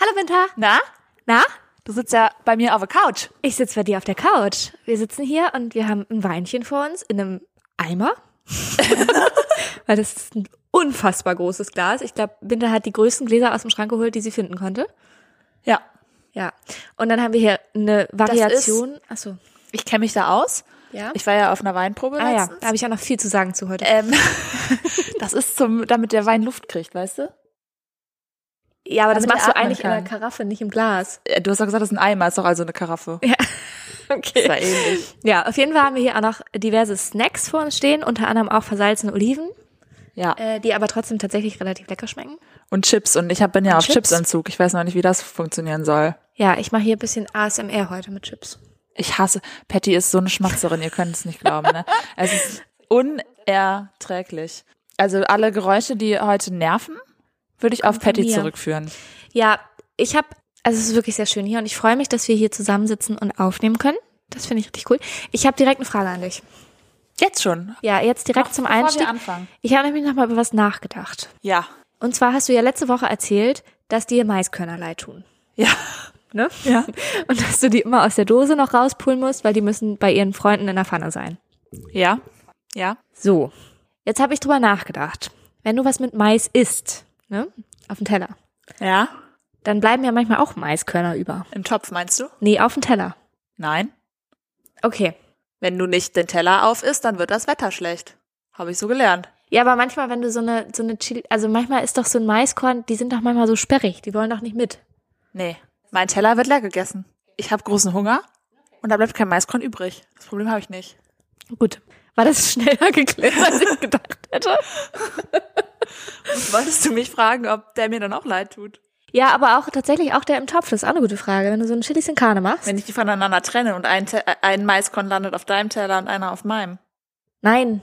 Hallo Winter. Na? Na? Du sitzt ja bei mir auf der Couch. Ich sitze bei dir auf der Couch. Wir sitzen hier und wir haben ein Weinchen vor uns in einem Eimer. Weil das ist ein unfassbar großes Glas. Ich glaube, Winter hat die größten Gläser aus dem Schrank geholt, die sie finden konnte. Ja. Ja. Und dann haben wir hier eine Variation. Achso. Ich kenne mich da aus. Ja. Äh, Ich war ja auf einer Weinprobe Ah ja, letztens. da habe ich ja noch viel zu sagen zu heute. Ähm, das ist zum, damit der Wein Luft kriegt, weißt du? ja, aber das damit machst er du eigentlich atmen in der Karaffe, nicht im Glas. Äh, Du hast doch gesagt, das ist ein Eimer, ist doch also eine Karaffe. Ja. Ist ja Okay. ähnlich. Ja, auf jeden Fall haben wir hier auch noch diverse Snacks vor uns stehen, unter anderem auch versalzene Oliven, Ja. äh, die aber trotzdem tatsächlich relativ lecker schmecken. Und Chips. Und ich hab, bin ja auf Chips? Chipsentzug. Ich weiß noch nicht, wie das funktionieren soll. Ja, ich mache hier ein bisschen ASMR heute mit Chips. Ich hasse. Patty ist so eine Schmatzerin, ihr könnt es nicht glauben. Ne? Es ist unerträglich. Also alle Geräusche, die heute nerven, würde ich auf von Patty mir. zurückführen. Ja, ich habe, also es ist wirklich sehr schön hier und ich freue mich, dass wir hier zusammensitzen und aufnehmen können. Das finde ich richtig cool. Ich habe direkt eine Frage an dich. Jetzt schon. Ja, jetzt direkt zum bevor wir Einstieg. anfangen. Ich habe nämlich nochmal über was nachgedacht. Ja. Und zwar hast du ja letzte Woche erzählt, dass dir Maiskörner leid tun. Ja. Ne? Ja. Und dass du die immer aus der Dose noch rauspulen musst, weil die müssen bei ihren Freunden in der Pfanne sein. Ja. Ja. So, jetzt habe ich drüber nachgedacht. Wenn du was mit Mais isst, ne, auf dem Teller, Ja. dann bleiben ja manchmal auch Maiskörner über. Im Topf meinst du? Nee, auf dem Teller. Nein. Okay. Wenn du nicht den Teller auf isst, dann wird das Wetter schlecht. Habe ich so gelernt. Ja, aber manchmal, wenn du so eine, so eine Chili, also manchmal ist doch so ein Maiskorn, die sind doch manchmal so sperrig, die wollen doch nicht mit. Nee. Mein Teller wird leer gegessen. Ich habe großen Hunger und da bleibt kein Maiskorn übrig. Das Problem habe ich nicht. Gut. War das schneller geklärt, als ich gedacht hätte? Wolltest du mich fragen, ob der mir dann auch leid tut? Ja, aber auch tatsächlich auch der im Topf, das ist auch eine gute Frage. Wenn du so einen Chilis in Karne machst. Wenn ich die voneinander trenne und ein, Te äh, ein Maiskorn landet auf deinem Teller und einer auf meinem. nein.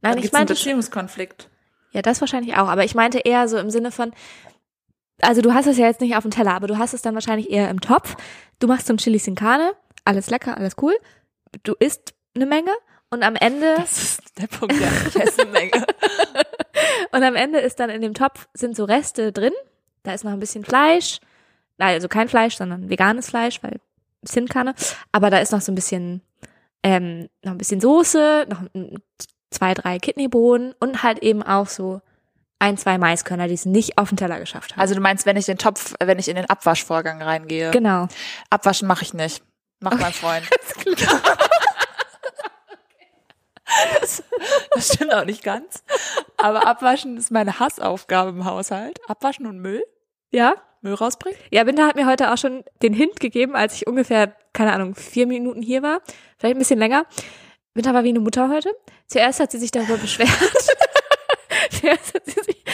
Nein, Dann ich gibt's einen meinte Beziehungskonflikt. Ja, das wahrscheinlich auch, aber ich meinte eher so im Sinne von, also du hast es ja jetzt nicht auf dem Teller, aber du hast es dann wahrscheinlich eher im Topf. Du machst so ein Chili sin Carne, alles lecker, alles cool. Du isst eine Menge und am Ende Das ist der Punkt, ja. Ich esse eine Menge. und am Ende ist dann in dem Topf sind so Reste drin. Da ist noch ein bisschen Fleisch, nein, also kein Fleisch, sondern veganes Fleisch, weil sin Carne. Aber da ist noch so ein bisschen, ähm, noch ein bisschen Soße, noch ein, zwei, drei Kidneybohnen und halt eben auch so ein, zwei Maiskörner, die es nicht auf den Teller geschafft haben. Also du meinst, wenn ich den Topf, äh, wenn ich in den Abwaschvorgang reingehe. Genau. Abwaschen mache ich nicht. Macht mein Freund. Das stimmt auch nicht ganz. Aber abwaschen ist meine Hassaufgabe im Haushalt. Abwaschen und Müll. Ja? Müll rausbringen. Ja, Binda hat mir heute auch schon den Hint gegeben, als ich ungefähr, keine Ahnung, vier Minuten hier war. Vielleicht ein bisschen länger. Binda war wie eine Mutter heute. Zuerst hat sie sich darüber beschwert. Zuerst hat sie sich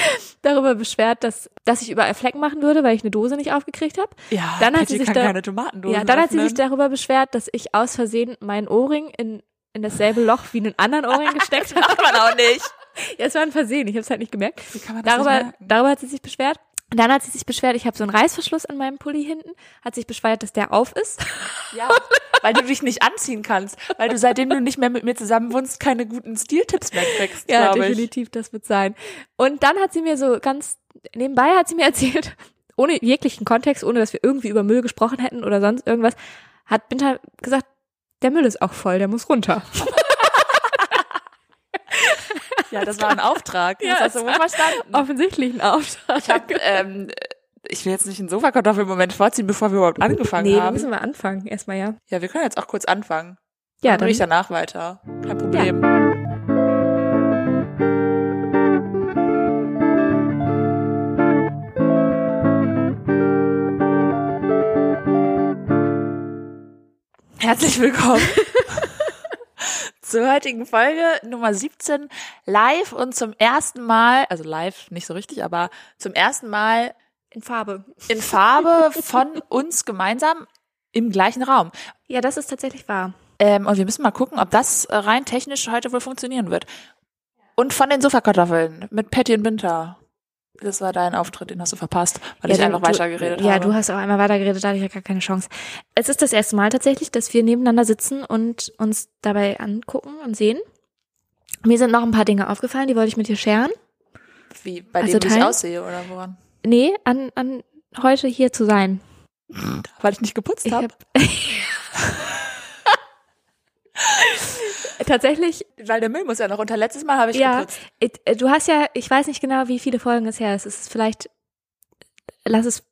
darüber beschwert, dass, dass ich überall Flecken machen würde, weil ich eine Dose nicht aufgekriegt habe. Ja, Dann hat Patty sie sich kann da- keine Tomatendosen Ja, dann hat sie öffnen. sich darüber beschwert, dass ich aus Versehen meinen Ohrring in, in dasselbe Loch wie einen anderen Ohrring gesteckt habe. Macht man auch nicht. Ja, es war ein Versehen, ich habe es halt nicht gemerkt. Wie kann man das nicht Darüber, merken? darüber hat sie sich beschwert. Und dann hat sie sich beschwert, ich habe so einen Reißverschluss an meinem Pulli hinten, hat sich beschwert, dass der auf ist. Ja, weil du dich nicht anziehen kannst. Weil du, seitdem du nicht mehr mit mir zusammen wohnst, keine guten Stiltipps mehr kriegst, Ja, glaube ich. definitiv, das wird sein. Und dann hat sie mir so ganz nebenbei hat sie mir erzählt, ohne jeglichen Kontext, ohne dass wir irgendwie über Müll gesprochen hätten oder sonst irgendwas, hat Binta gesagt, der Müll ist auch voll, der muss runter. Ja, das war ein Auftrag. Ja, das hast du wohl verstanden. Offensichtlich ein Auftrag. Ich hab, ähm, ich will jetzt nicht einen Sofakartoffelmoment vorziehen, bevor wir überhaupt angefangen Nee, da haben. müssen wir anfangen, erstmal ja. Ja, wir können jetzt auch kurz anfangen. Ja, Dann dann rede ich danach weiter. Kein Problem. Herzlich willkommen zur heutigen Folge Nummer 17 live und zum ersten Mal, also live nicht so richtig, aber zum ersten Mal in Farbe. in Farbe von uns gemeinsam im gleichen Raum. Ja, das ist tatsächlich wahr. Ähm, und wir müssen mal gucken, ob das äh, rein technisch heute wohl funktionieren wird. Und von den Sofakartoffeln mit Patty und Winter. Das war dein Auftritt, den hast du verpasst, weil ich dann einfach du- weitergeredet ja, habe. du hast auch einmal weitergeredet, da hatte ich ja gar keine Chance. Es ist das erste Mal tatsächlich, dass wir nebeneinander sitzen und uns dabei angucken und sehen. Mir sind noch ein paar Dinge aufgefallen, die wollte ich mit dir scheren. Wie bei also dem, wie ich teilen? aussehe oder woran? Nee, an, an heute hier zu sein. Weil ich nicht geputzt Ich habe. hab Tatsächlich, Weil der Müll muss ja noch unter. Letztes Mal habe ich ja. geputzt. it- äh, Du hast ja, ich weiß nicht genau, wie viele Folgen es her ist. Es ist vielleicht, lass es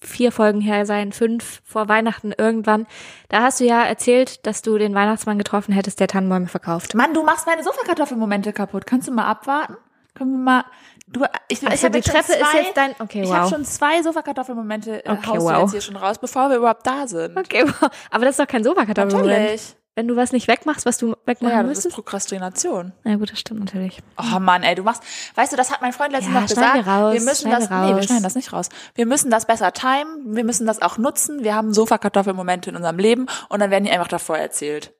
vier Folgen her sein, fünf vor Weihnachten irgendwann. Da hast du ja erzählt, dass du den Weihnachtsmann getroffen hättest, der Tannenbäume verkauft. Mann, du machst meine Sofakartoffelmomente kaputt. Kannst du mal abwarten? Können wir mal. Du, ich, ich Also habe die jetzt schon Treppe ist zwei- jetzt dein. Okay, Ich habe wow. schon zwei Sofakartoffelmomente äh, Okay, haust du wow. jetzt hier schon raus, bevor wir überhaupt da sind. Okay, wow. Aber das ist doch kein Sofakartoffelmoment. Natürlich. Wenn du was nicht wegmachst, was du wegmachen Ja, das ist müsstest. Prokrastination. Na gut, das stimmt natürlich. Oh Mann, ey, du machst, weißt du, das hat mein Freund letztens Ja, noch schneiden gesagt. wir raus, wir müssen schneiden das, wir nee, wir raus. schneiden das nicht raus. Wir müssen das besser timen, wir müssen das auch nutzen. Wir haben Sofakartoffelmomente in unserem Leben und dann werden die einfach davor erzählt.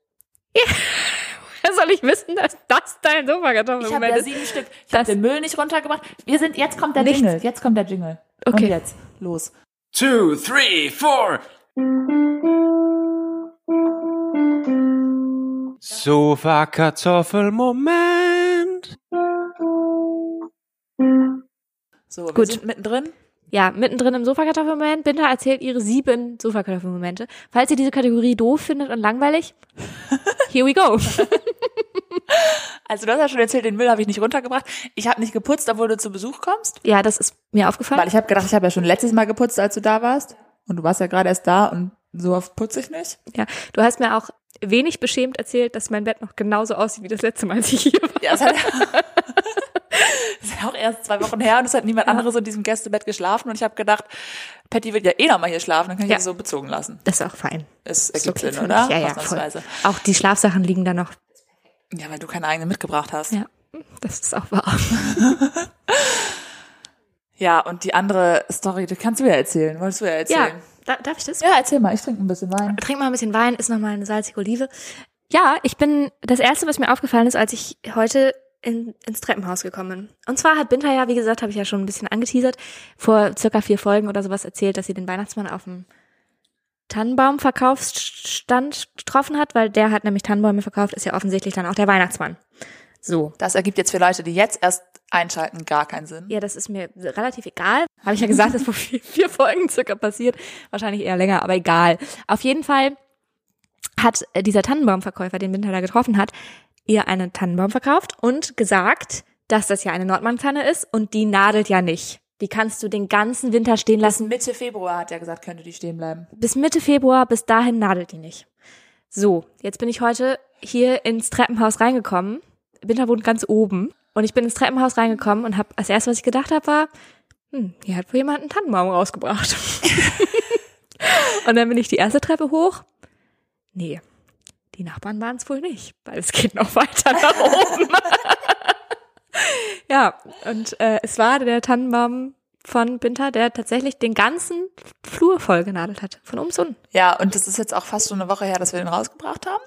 Wer soll ich wissen, dass das dein Ich habe ja Sofakartoffelmoment ist? sieben Stück. Ich habe den Müll nicht runtergebracht. Wir sind, jetzt kommt der Nichts. Jingle. Jetzt kommt der Jingle. Okay. Und jetzt, los. two, three, four. Sofa Kartoffelmoment. So, wir Gut. sind mittendrin. Ja, mittendrin im Sofakartoffelmoment. Binta erzählt ihre sieben Sofakartoffelmomente. Falls ihr diese Kategorie doof findet und langweilig, here we go. Also du hast ja schon erzählt, den Müll habe ich nicht runtergebracht. Ich habe nicht geputzt, obwohl du zu Besuch kommst. Ja, das ist mir aufgefallen. Weil ich habe gedacht, ich habe ja schon letztes Mal geputzt, als du da warst. Und du warst ja gerade erst da und so oft putze ich nicht. ja, du hast mir auch wenig beschämt erzählt, dass mein Bett noch genauso aussieht wie das letzte Mal, als ich hier war. Ja, das, hat, das ist ja auch erst zwei Wochen her und es hat niemand anderes in diesem Gästebett geschlafen. Und ich habe gedacht, Patty wird ja eh nochmal hier schlafen, dann kann ich Ja. das so bezogen lassen. Das ist auch fein. Es Ist ergibt okay Sinn, für oder? mich. Ja, ja, Ausnahmsweise. voll. Auch die Schlafsachen liegen da noch. ja, weil du keine eigene mitgebracht hast. Ja. Ja, das ist auch wahr. und die andere Story, die kannst du ja erzählen. Wolltest du ja Ja, erzählen? da, darf ich das? Ja, erzähl mal, ich trinke ein bisschen Wein. Äh, Trink mal ein bisschen Wein, isst noch mal eine salzige Olive. Ja, ich bin das erste, was mir aufgefallen ist, als ich heute in, ins Treppenhaus gekommen bin. Und zwar hat Binta ja, wie gesagt, habe ich ja schon ein bisschen angeteasert, vor circa vier Folgen oder sowas erzählt, dass sie den Weihnachtsmann auf dem Tannenbaumverkaufsstand getroffen hat, weil der hat nämlich Tannenbäume verkauft, ist ja offensichtlich dann auch der Weihnachtsmann. So. Das ergibt jetzt für Leute, die jetzt erst einschalten, gar keinen Sinn. Ja, das ist mir relativ egal. Habe ich ja gesagt, das ist vor vier, vier Folgen circa passiert. Wahrscheinlich eher länger, aber egal. Auf jeden Fall hat äh, dieser Tannenbaumverkäufer, den Winter da getroffen hat, ihr einen Tannenbaum verkauft und gesagt, dass das ja eine Nordmann-Tanne ist und die nadelt ja nicht. Die kannst du den ganzen Winter stehen lassen. Mitte Februar hat er gesagt, könnte die stehen bleiben. Bis Mitte Februar, bis dahin nadelt die nicht. So, jetzt bin ich heute hier ins Treppenhaus reingekommen. Winter wohnt ganz oben. Und ich bin ins Treppenhaus reingekommen und habe als erstes, was ich gedacht habe, war, hm, hier hat wohl jemand einen Tannenbaum rausgebracht. und dann bin ich die erste Treppe hoch. Nee, die Nachbarn waren es wohl nicht, weil es geht noch weiter nach oben. ja, und äh, es war der Tannenbaum von Binter, der tatsächlich den ganzen Flur voll genadelt hat, von oben bis unten. Ja, und das ist jetzt auch fast schon eine Woche her, dass wir den rausgebracht haben.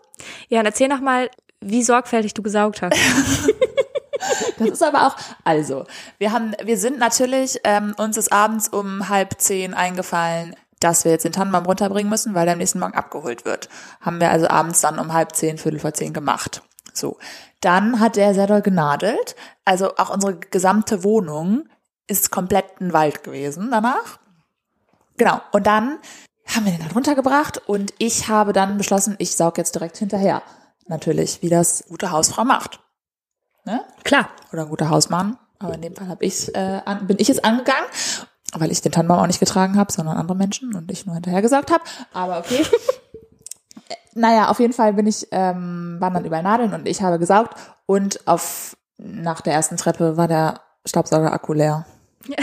Ja, und erzähl noch mal, wie sorgfältig du gesaugt hast. Das ist aber auch, also, wir haben, wir sind natürlich, ähm, uns ist abends um halb zehn eingefallen, dass wir jetzt den Tannenbaum runterbringen müssen, weil der am nächsten Morgen abgeholt wird. Haben wir also abends dann um halb zehn, viertel vor zehn gemacht. So. Dann hat der sehr doll genadelt. Also auch unsere gesamte Wohnung ist komplett ein Wald gewesen danach. Genau. Und dann haben wir den dann runtergebracht und ich habe dann beschlossen, ich saug jetzt direkt hinterher. Natürlich, wie das gute Hausfrau macht. Ne? Klar. oder ein guter Hausmann. Aber in dem Fall hab ich, äh, an, bin ich es angegangen, weil ich den Tannenbaum auch nicht getragen habe, sondern andere Menschen und ich nur hinterhergesagt habe. Aber okay. Äh, naja, auf jeden Fall bin ich, ähm, waren dann überall Nadeln und ich habe gesaugt und auf, nach der ersten Treppe war der Staubsaugerakku leer.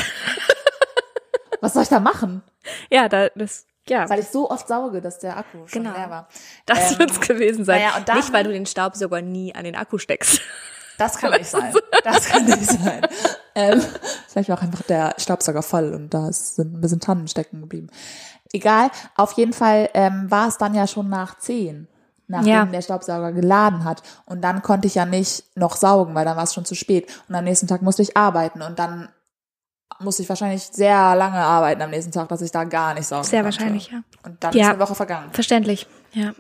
Was soll ich da machen? Ja, da, das, ja, Weil ich so oft sauge, dass der Akku schon Genau. leer war. das ähm, wird's gewesen sein. naja, und dann- Nicht, weil du den Staubsauger nie an den Akku steckst. Das kann nicht sein. Das kann nicht sein. Ähm, vielleicht war auch einfach der Staubsauger voll und da ist- sind ein bisschen Tannen stecken geblieben. Egal, auf jeden Fall ähm, war es dann ja schon nach zehn, nachdem Ja. der Staubsauger geladen hat. Und dann konnte ich ja nicht noch saugen, weil dann war es schon zu spät. Und am nächsten Tag musste ich arbeiten und dann musste ich wahrscheinlich sehr lange arbeiten am nächsten Tag, dass ich da gar nicht saugen Sehr konnte. wahrscheinlich, ja. Und dann Ja. ist eine Woche vergangen. Verständlich, ja.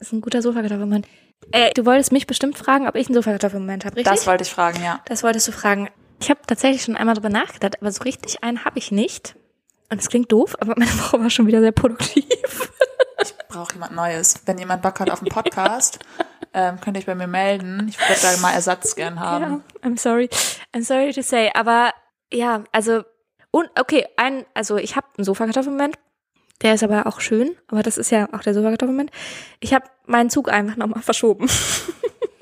Ist ein guter Sofakartoffelmoment. Äh, du wolltest mich bestimmt fragen, ob ich einen Sofakartoffelmoment habe, richtig? Das wollte ich fragen, ja. das wolltest du fragen. Ich habe tatsächlich schon einmal drüber nachgedacht, aber so richtig einen habe ich nicht. Und es klingt doof, aber meine Woche war schon wieder sehr produktiv. Braucht jemand Neues. Wenn jemand Bock hat auf einen Podcast, ähm, könnt ihr euch bei mir melden. Ich würde da mal Ersatz gern haben. Ja, I'm sorry. I'm sorry to say, aber ja, also und okay, ein also ich habe einen Sofakartoffelmoment. Der ist aber auch schön, aber das ist ja auch der Sofakartoffelmoment. Ich habe meinen Zug einfach nochmal verschoben.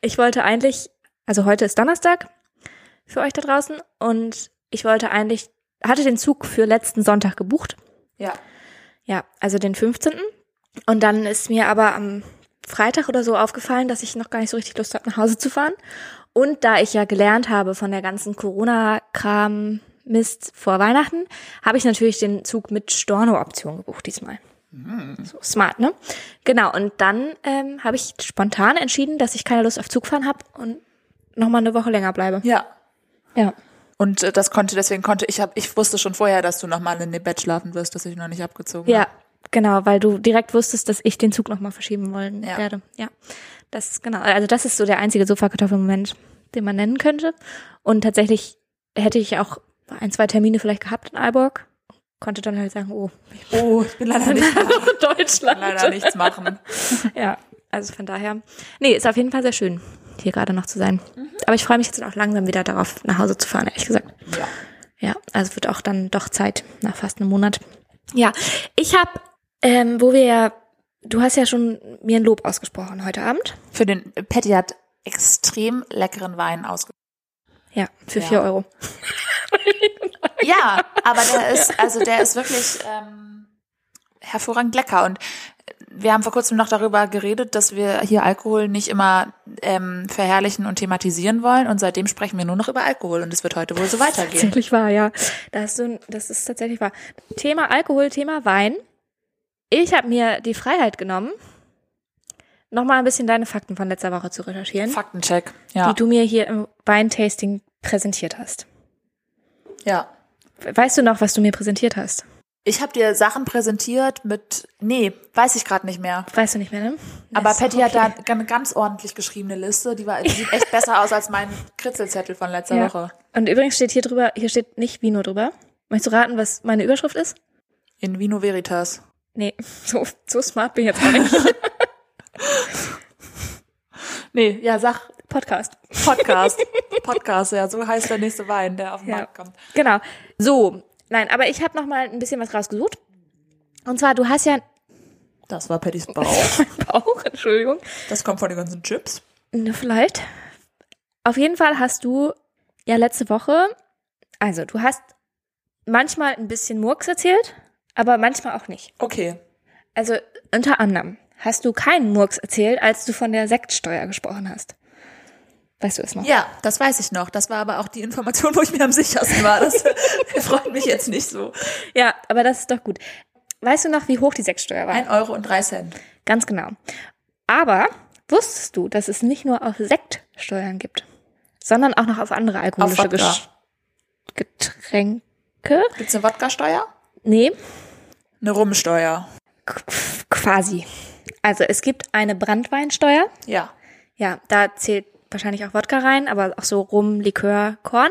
ich wollte eigentlich, also heute ist Donnerstag für euch da draußen und ich wollte eigentlich hatte den Zug für letzten Sonntag gebucht. Ja. Ja, also den 15. Und dann ist mir aber am Freitag oder so aufgefallen, dass ich noch gar nicht so richtig Lust habe, nach Hause zu fahren. Und da ich ja gelernt habe von der ganzen Corona-Kram-Mist vor Weihnachten, habe ich natürlich den Zug mit Storno-Option gebucht diesmal. So smart, ne? Genau, und dann ähm, habe ich spontan entschieden, dass ich keine Lust auf Zugfahren habe und nochmal eine Woche länger bleibe. Ja. Ja. Und äh, das konnte, deswegen konnte ich, hab, ich wusste schon vorher, dass du nochmal in dem Bett schlafen wirst, dass ich noch nicht abgezogen Ja, genau, weil du direkt wusstest, dass ich den Zug nochmal verschieben wollen Ja. werde. Ja. Das ist genau, also das ist so der einzige Sofakartoffelmoment, den man nennen könnte. Und tatsächlich hätte ich auch ein, zwei Termine vielleicht gehabt in Aalborg. Konnte dann halt sagen, oh, habe. Oh, ich bin leider nicht, kann Deutschland. leider nichts machen. Ja, also von daher. Nee, ist auf jeden Fall sehr schön, hier gerade noch zu sein. Aber ich freue mich jetzt auch langsam wieder darauf, nach Hause zu fahren, ehrlich gesagt. Ja. Ja, also wird auch dann doch Zeit, nach fast einem Monat. Ja, ich habe, ähm, wo wir ja, du hast ja schon mir ein Lob ausgesprochen heute Abend. Für den Patty hat extrem leckeren Wein ausge. Ja, für Ja. vier Euro. Ja, aber der ist, also der ist wirklich ähm, hervorragend lecker. Und wir haben vor kurzem noch darüber geredet, dass wir hier Alkohol nicht immer ähm, verherrlichen und thematisieren wollen. Und seitdem sprechen wir nur noch über Alkohol und es wird heute wohl so weitergehen. Tatsächlich wahr, ja. Da hast du, ein- das ist tatsächlich wahr. Thema Alkohol, Thema Wein. Ich habe mir die Freiheit genommen, nochmal ein bisschen deine Fakten von letzter Woche zu recherchieren. Faktencheck. Ja. die du mir hier im Weintasting präsentiert hast. ja. Weißt du noch, was du mir präsentiert hast? Ich habe dir Sachen präsentiert mit, nee, weiß ich gerade nicht mehr. Weißt du nicht mehr, ne? Aber Ist Patty okay. hat da eine ganz- ganz ordentlich geschriebene Liste. Die, war, die sieht echt besser aus als mein Kritzelzettel von letzter Ja. Woche. Und übrigens steht hier drüber, hier steht nicht Vino drüber. Möchtest du raten, was meine Überschrift ist? In Vino Veritas. Nee, so, so smart bin ich jetzt auch nicht. Nee, ja, sag, Podcast. Podcast. Podcast, ja, so heißt der nächste Wein, der auf den Ja. Markt kommt. Genau. So, nein, aber ich habe noch mal ein bisschen was rausgesucht. Und zwar, du hast ja Das war Pattys Bauch. Bauch, Entschuldigung. Das kommt von den ganzen Chips. Ne, vielleicht. Auf jeden Fall hast du ja letzte Woche, also du hast manchmal ein bisschen Murks erzählt, aber manchmal auch nicht. Okay. Also unter anderem hast du keinen Murks erzählt, als du von der Sektsteuer gesprochen hast. Weißt du es noch? Ja, das weiß ich noch. Das war aber auch die Information, wo ich mir am sichersten war. Das freut mich jetzt nicht so. Ja, aber das ist doch gut. Weißt du noch, wie hoch die Sektsteuer war? Ein Euro und drei Cent. Ganz genau. Aber wusstest du, dass es nicht nur auf Sektsteuern gibt, sondern auch noch auf andere alkoholische Wodka. Gesch- Getränke? Gibt's eine Wodka-Steuer? Nee, Eine Rumsteuer. Qu- Quasi. Also es gibt eine Brandweinsteuer. Ja. Ja, da zählt wahrscheinlich auch Wodka rein, aber auch so Rum, Likör, Korn.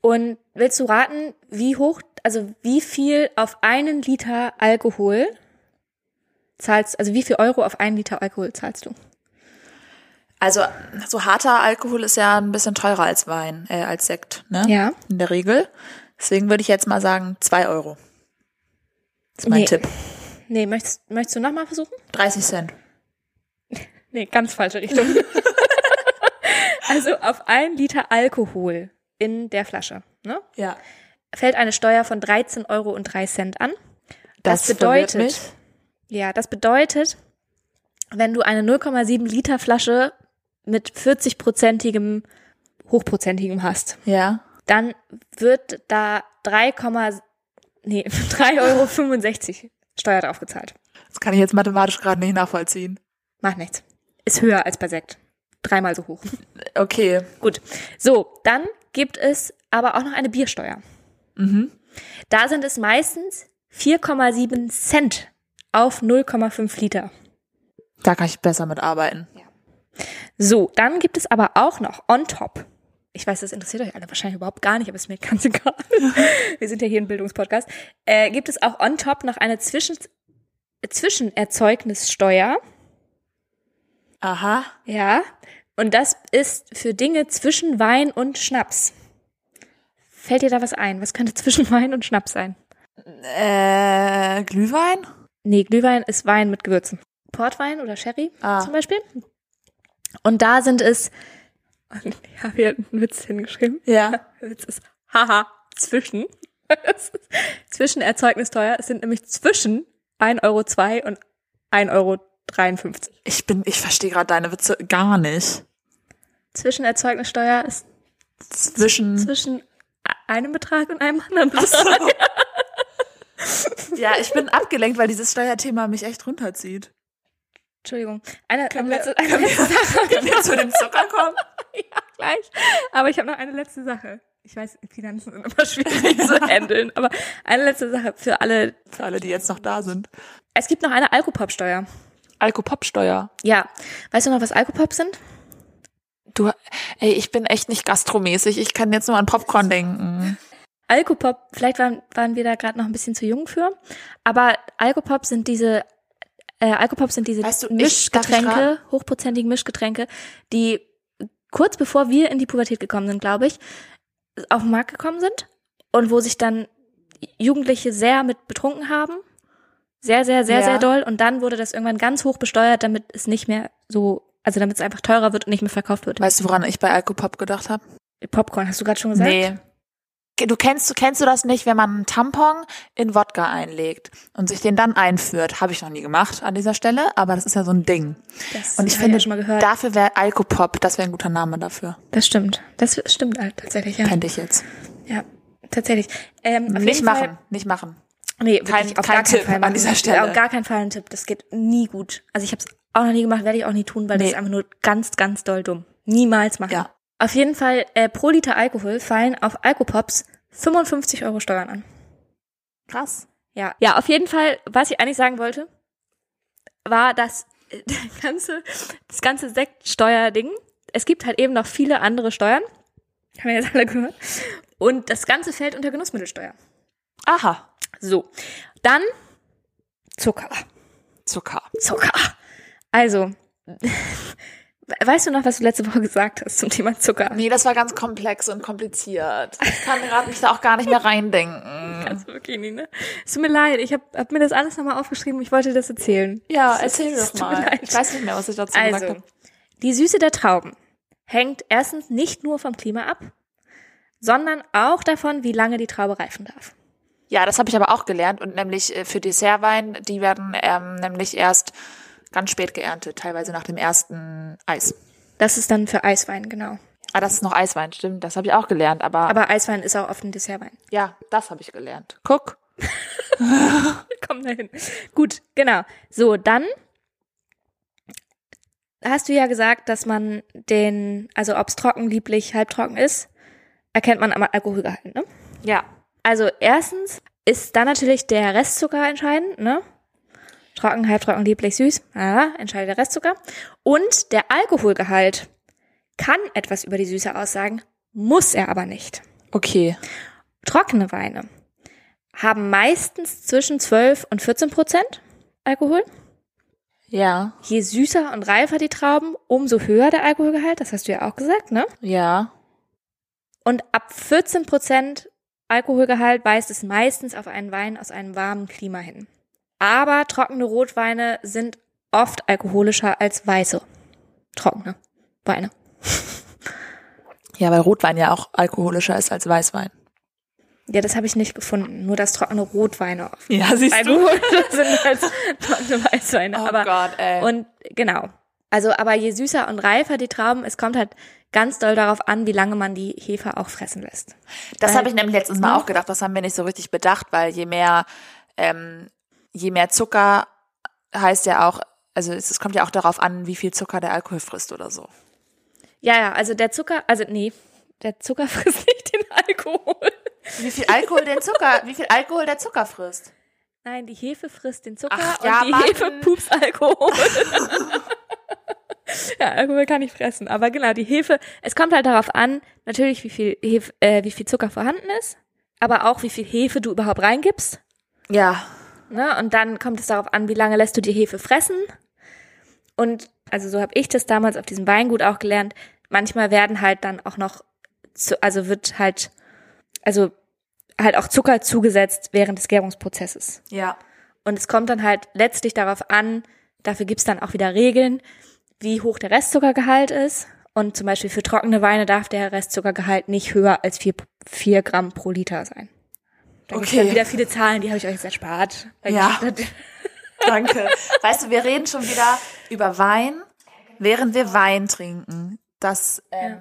Und willst du raten, wie hoch, also wie viel auf einen Liter Alkohol zahlst, also wie viel Euro auf einen Liter Alkohol zahlst du? Also, so harter Alkohol ist ja ein bisschen teurer als Wein, äh, als Sekt, ne? Ja. In der Regel. Deswegen würde ich jetzt mal sagen, zwei Euro. Das ist mein Nee. Tipp. Nee, möchtest, möchtest du nochmal versuchen? 30 Cent. Nee, ganz falsche Richtung. also auf einen Liter Alkohol in der Flasche, ne? Ja. Fällt eine Steuer von 13,03 Euro an. Das verwirrt bedeutet- Ja, das bedeutet, wenn du eine 0,7 Liter Flasche mit 40-prozentigem, hochprozentigem hast, Ja. dann wird da 3, nee, 3,65 Euro Steuer draufgezahlt. Das kann ich jetzt mathematisch gerade nicht nachvollziehen. Macht nichts. Ist höher als bei Sekt. Dreimal so hoch. Okay. Gut. So, dann gibt es aber auch noch eine Biersteuer. Mhm. Da sind es meistens 4,7 Cent auf 0,5 Liter. Da kann ich besser mit arbeiten. So, dann gibt es aber auch noch on top ich weiß, das interessiert euch alle wahrscheinlich überhaupt gar nicht, aber ist mir ganz egal. Wir sind ja hier ein Bildungspodcast. Äh, gibt es auch on top noch eine Zwischen Zwischenerzeugnissteuer? Aha. Ja. Und das ist für Dinge zwischen Wein und Schnaps. Fällt dir da was ein? Was könnte zwischen Wein und Schnaps sein? Äh, Glühwein? Nee, Glühwein ist Wein mit Gewürzen. Portwein oder Sherry Ah. zum Beispiel. Und da sind es. Ich habe hier einen Witz hingeschrieben. Ja. Der Witz ist haha, zwischen. Es ist zwischen Erzeugnisteuer. Es sind nämlich zwischen 1,02 Euro und 1,53 Euro. Ich bin, ich verstehe gerade deine Witze gar nicht. Zwischen Erzeugnissteuer ist Zwischen. zwischen einem Betrag und einem anderen Betrag. So. ja, ich bin abgelenkt, weil dieses Steuerthema mich echt runterzieht. Entschuldigung. Eine, Können eine wir- letzte, eine letzte Sache. Können wir zu dem Zucker kommen? ja, gleich. Aber ich habe noch eine letzte Sache. Ich weiß, Finanzen sind immer schwierig zu handeln, aber eine letzte Sache für alle. Für alle, die jetzt noch da sind. Es gibt noch eine Alkopop-Steuer. Alkopop-Steuer. Ja. Weißt du noch, was Alkopop sind? Du, ey, ich bin echt nicht gastromäßig. Ich kann jetzt nur an Popcorn denken. Alkopop, vielleicht waren, waren wir da gerade noch ein bisschen zu jung für, aber Alkopop sind diese äh, Alkopop sind diese Weißt du, ich- darf Mischgetränke, hochprozentigen Mischgetränke, die kurz bevor wir in die Pubertät gekommen sind, glaube ich, auf den Markt gekommen sind und wo sich dann Jugendliche sehr mit betrunken haben. Sehr, sehr, sehr, Ja. sehr doll. Und dann wurde das irgendwann ganz hoch besteuert, damit es nicht mehr so, also damit es einfach teurer wird und nicht mehr verkauft wird. Weißt du, woran ich bei Alkopop gedacht habe? Popcorn, hast du gerade schon gesagt? Nee. Du kennst, du kennst du das nicht, wenn man einen Tampon in Wodka einlegt und sich den dann einführt? Habe ich noch nie gemacht an dieser Stelle, aber das ist ja so ein Ding. Das Und ich hab finde, ja schon mal gehört. dafür wäre Alkopop, das wäre ein guter Name dafür. Das stimmt. Das stimmt halt tatsächlich, ja. Fände ich jetzt. Ja, tatsächlich. Ähm, auf nicht jeden machen, Fall, nicht machen. nee, Kein- wirklich, auf kein gar Tipp keinen Fall an machen. dieser Stelle. Auf gar keinen Fall ein Tipp. Das geht nie gut. Also ich habe es auch noch nie gemacht, werde ich auch nie tun, weil das Nee. ist einfach nur ganz, ganz doll dumm. Niemals machen. Ja. Auf jeden Fall, äh, pro Liter Alkohol fallen auf Alkopops 55 Euro Steuern an. Krass. Ja. Ja, auf jeden Fall, was ich eigentlich sagen wollte, war das äh, der ganze, das ganze Sektsteuerding. Es gibt halt eben noch viele andere Steuern. Haben wir jetzt alle gehört. Und das Ganze fällt unter Genussmittelsteuer. Aha. So. Dann Zucker. Zucker. Zucker. Also, weißt du noch, was du letzte Woche gesagt hast zum Thema Zucker? Nee, das war ganz komplex und kompliziert. Ich kann gerade mich da auch gar nicht mehr reindenken. Kannst du wirklich nicht, ne? Es tut mir leid, ich habe hab mir das alles nochmal aufgeschrieben, ich wollte das erzählen. Ja, erzähl es doch tut mir mal. leid. Ich weiß nicht mehr, was ich dazu gesagt Also, habe. die Süße der Trauben hängt erstens nicht nur vom Klima ab, sondern auch davon, wie lange die Traube reifen darf. Ja, das habe ich aber auch gelernt und nämlich äh, für Dessertwein, die werden ähm, nämlich erst ganz spät geerntet, teilweise nach dem ersten Eis. Das ist dann für Eiswein, genau. Ah, das ist noch Eiswein, stimmt, das habe ich auch gelernt, aber, Aber Eiswein ist auch oft ein Dessertwein. ja, das habe ich gelernt. Guck, Wir kommen dahin. Gut, genau. So, dann hast du ja gesagt, dass man den, also ob es trocken, lieblich, halbtrocken ist, erkennt man am Alkoholgehalt, ne? ja, Also erstens ist dann natürlich der Restzucker entscheidend, ne? Trocken, halbtrocken, lieblich, süß. Ah, entscheidet der Restzucker. Und der Alkoholgehalt kann etwas über die Süße aussagen, muss er aber nicht. okay. Trockene Weine haben meistens zwischen 12 und 14 Prozent Alkohol. Ja, Je süßer und reifer die Trauben, umso höher der Alkoholgehalt. Das hast du ja auch gesagt, ne? ja, Und ab 14 Prozent Alkoholgehalt weist es meistens auf einen Wein aus einem warmen Klima hin. Aber trockene Rotweine sind oft alkoholischer als weiße trockene Weine. ja, weil Rotwein ja auch alkoholischer ist als Weißwein. Ja, das habe ich nicht gefunden. Nur dass trockene Rotweine oft Ja, siehst alkoholischer sind als trockene Weißweine. Oh aber Gott, ey. Und genau. Also, aber je süßer und reifer die Trauben, es kommt halt ganz doll darauf an, wie lange man die Hefe auch fressen lässt. Das Weil- ne? habe ich nämlich letztens mal auch gedacht, das haben wir nicht so richtig bedacht, weil je mehr, ähm, je mehr Zucker heißt ja auch, also es, es kommt ja auch darauf an, wie viel Zucker der Alkohol frisst oder so. Ja, ja, also der Zucker, also nee, der Zucker frisst nicht den Alkohol. Wie viel Alkohol den Zucker, wie viel Alkohol der Zucker frisst? Nein, die Hefe frisst den Zucker Ach, und ja, die Mann. Hefe pups Alkohol. Ja, Alkohol kann ich fressen. Aber genau, die Hefe, es kommt halt darauf an, natürlich, wie viel, Hefe, äh, wie viel Zucker vorhanden ist, aber auch, wie viel Hefe du überhaupt reingibst. Ja. Ne? Und dann kommt es darauf an, wie lange lässt du die Hefe fressen. Und also so habe ich das damals auf diesem Weingut auch gelernt. Manchmal werden halt dann auch noch, zu, also wird halt, also halt auch Zucker zugesetzt während des Gärungsprozesses. Ja. Und es kommt dann halt letztlich darauf an, dafür gibt's dann auch wieder Regeln, wie hoch der Restzuckergehalt ist. Und zum Beispiel für trockene Weine darf der Restzuckergehalt nicht höher als vier vier Gramm pro Liter sein. Da gibt's Okay. dann wieder viele Zahlen, die habe ich euch jetzt erspart. Da Ja. gibt's- Danke. weißt du, wir reden schon wieder über Wein, während wir Wein trinken. Das, ähm,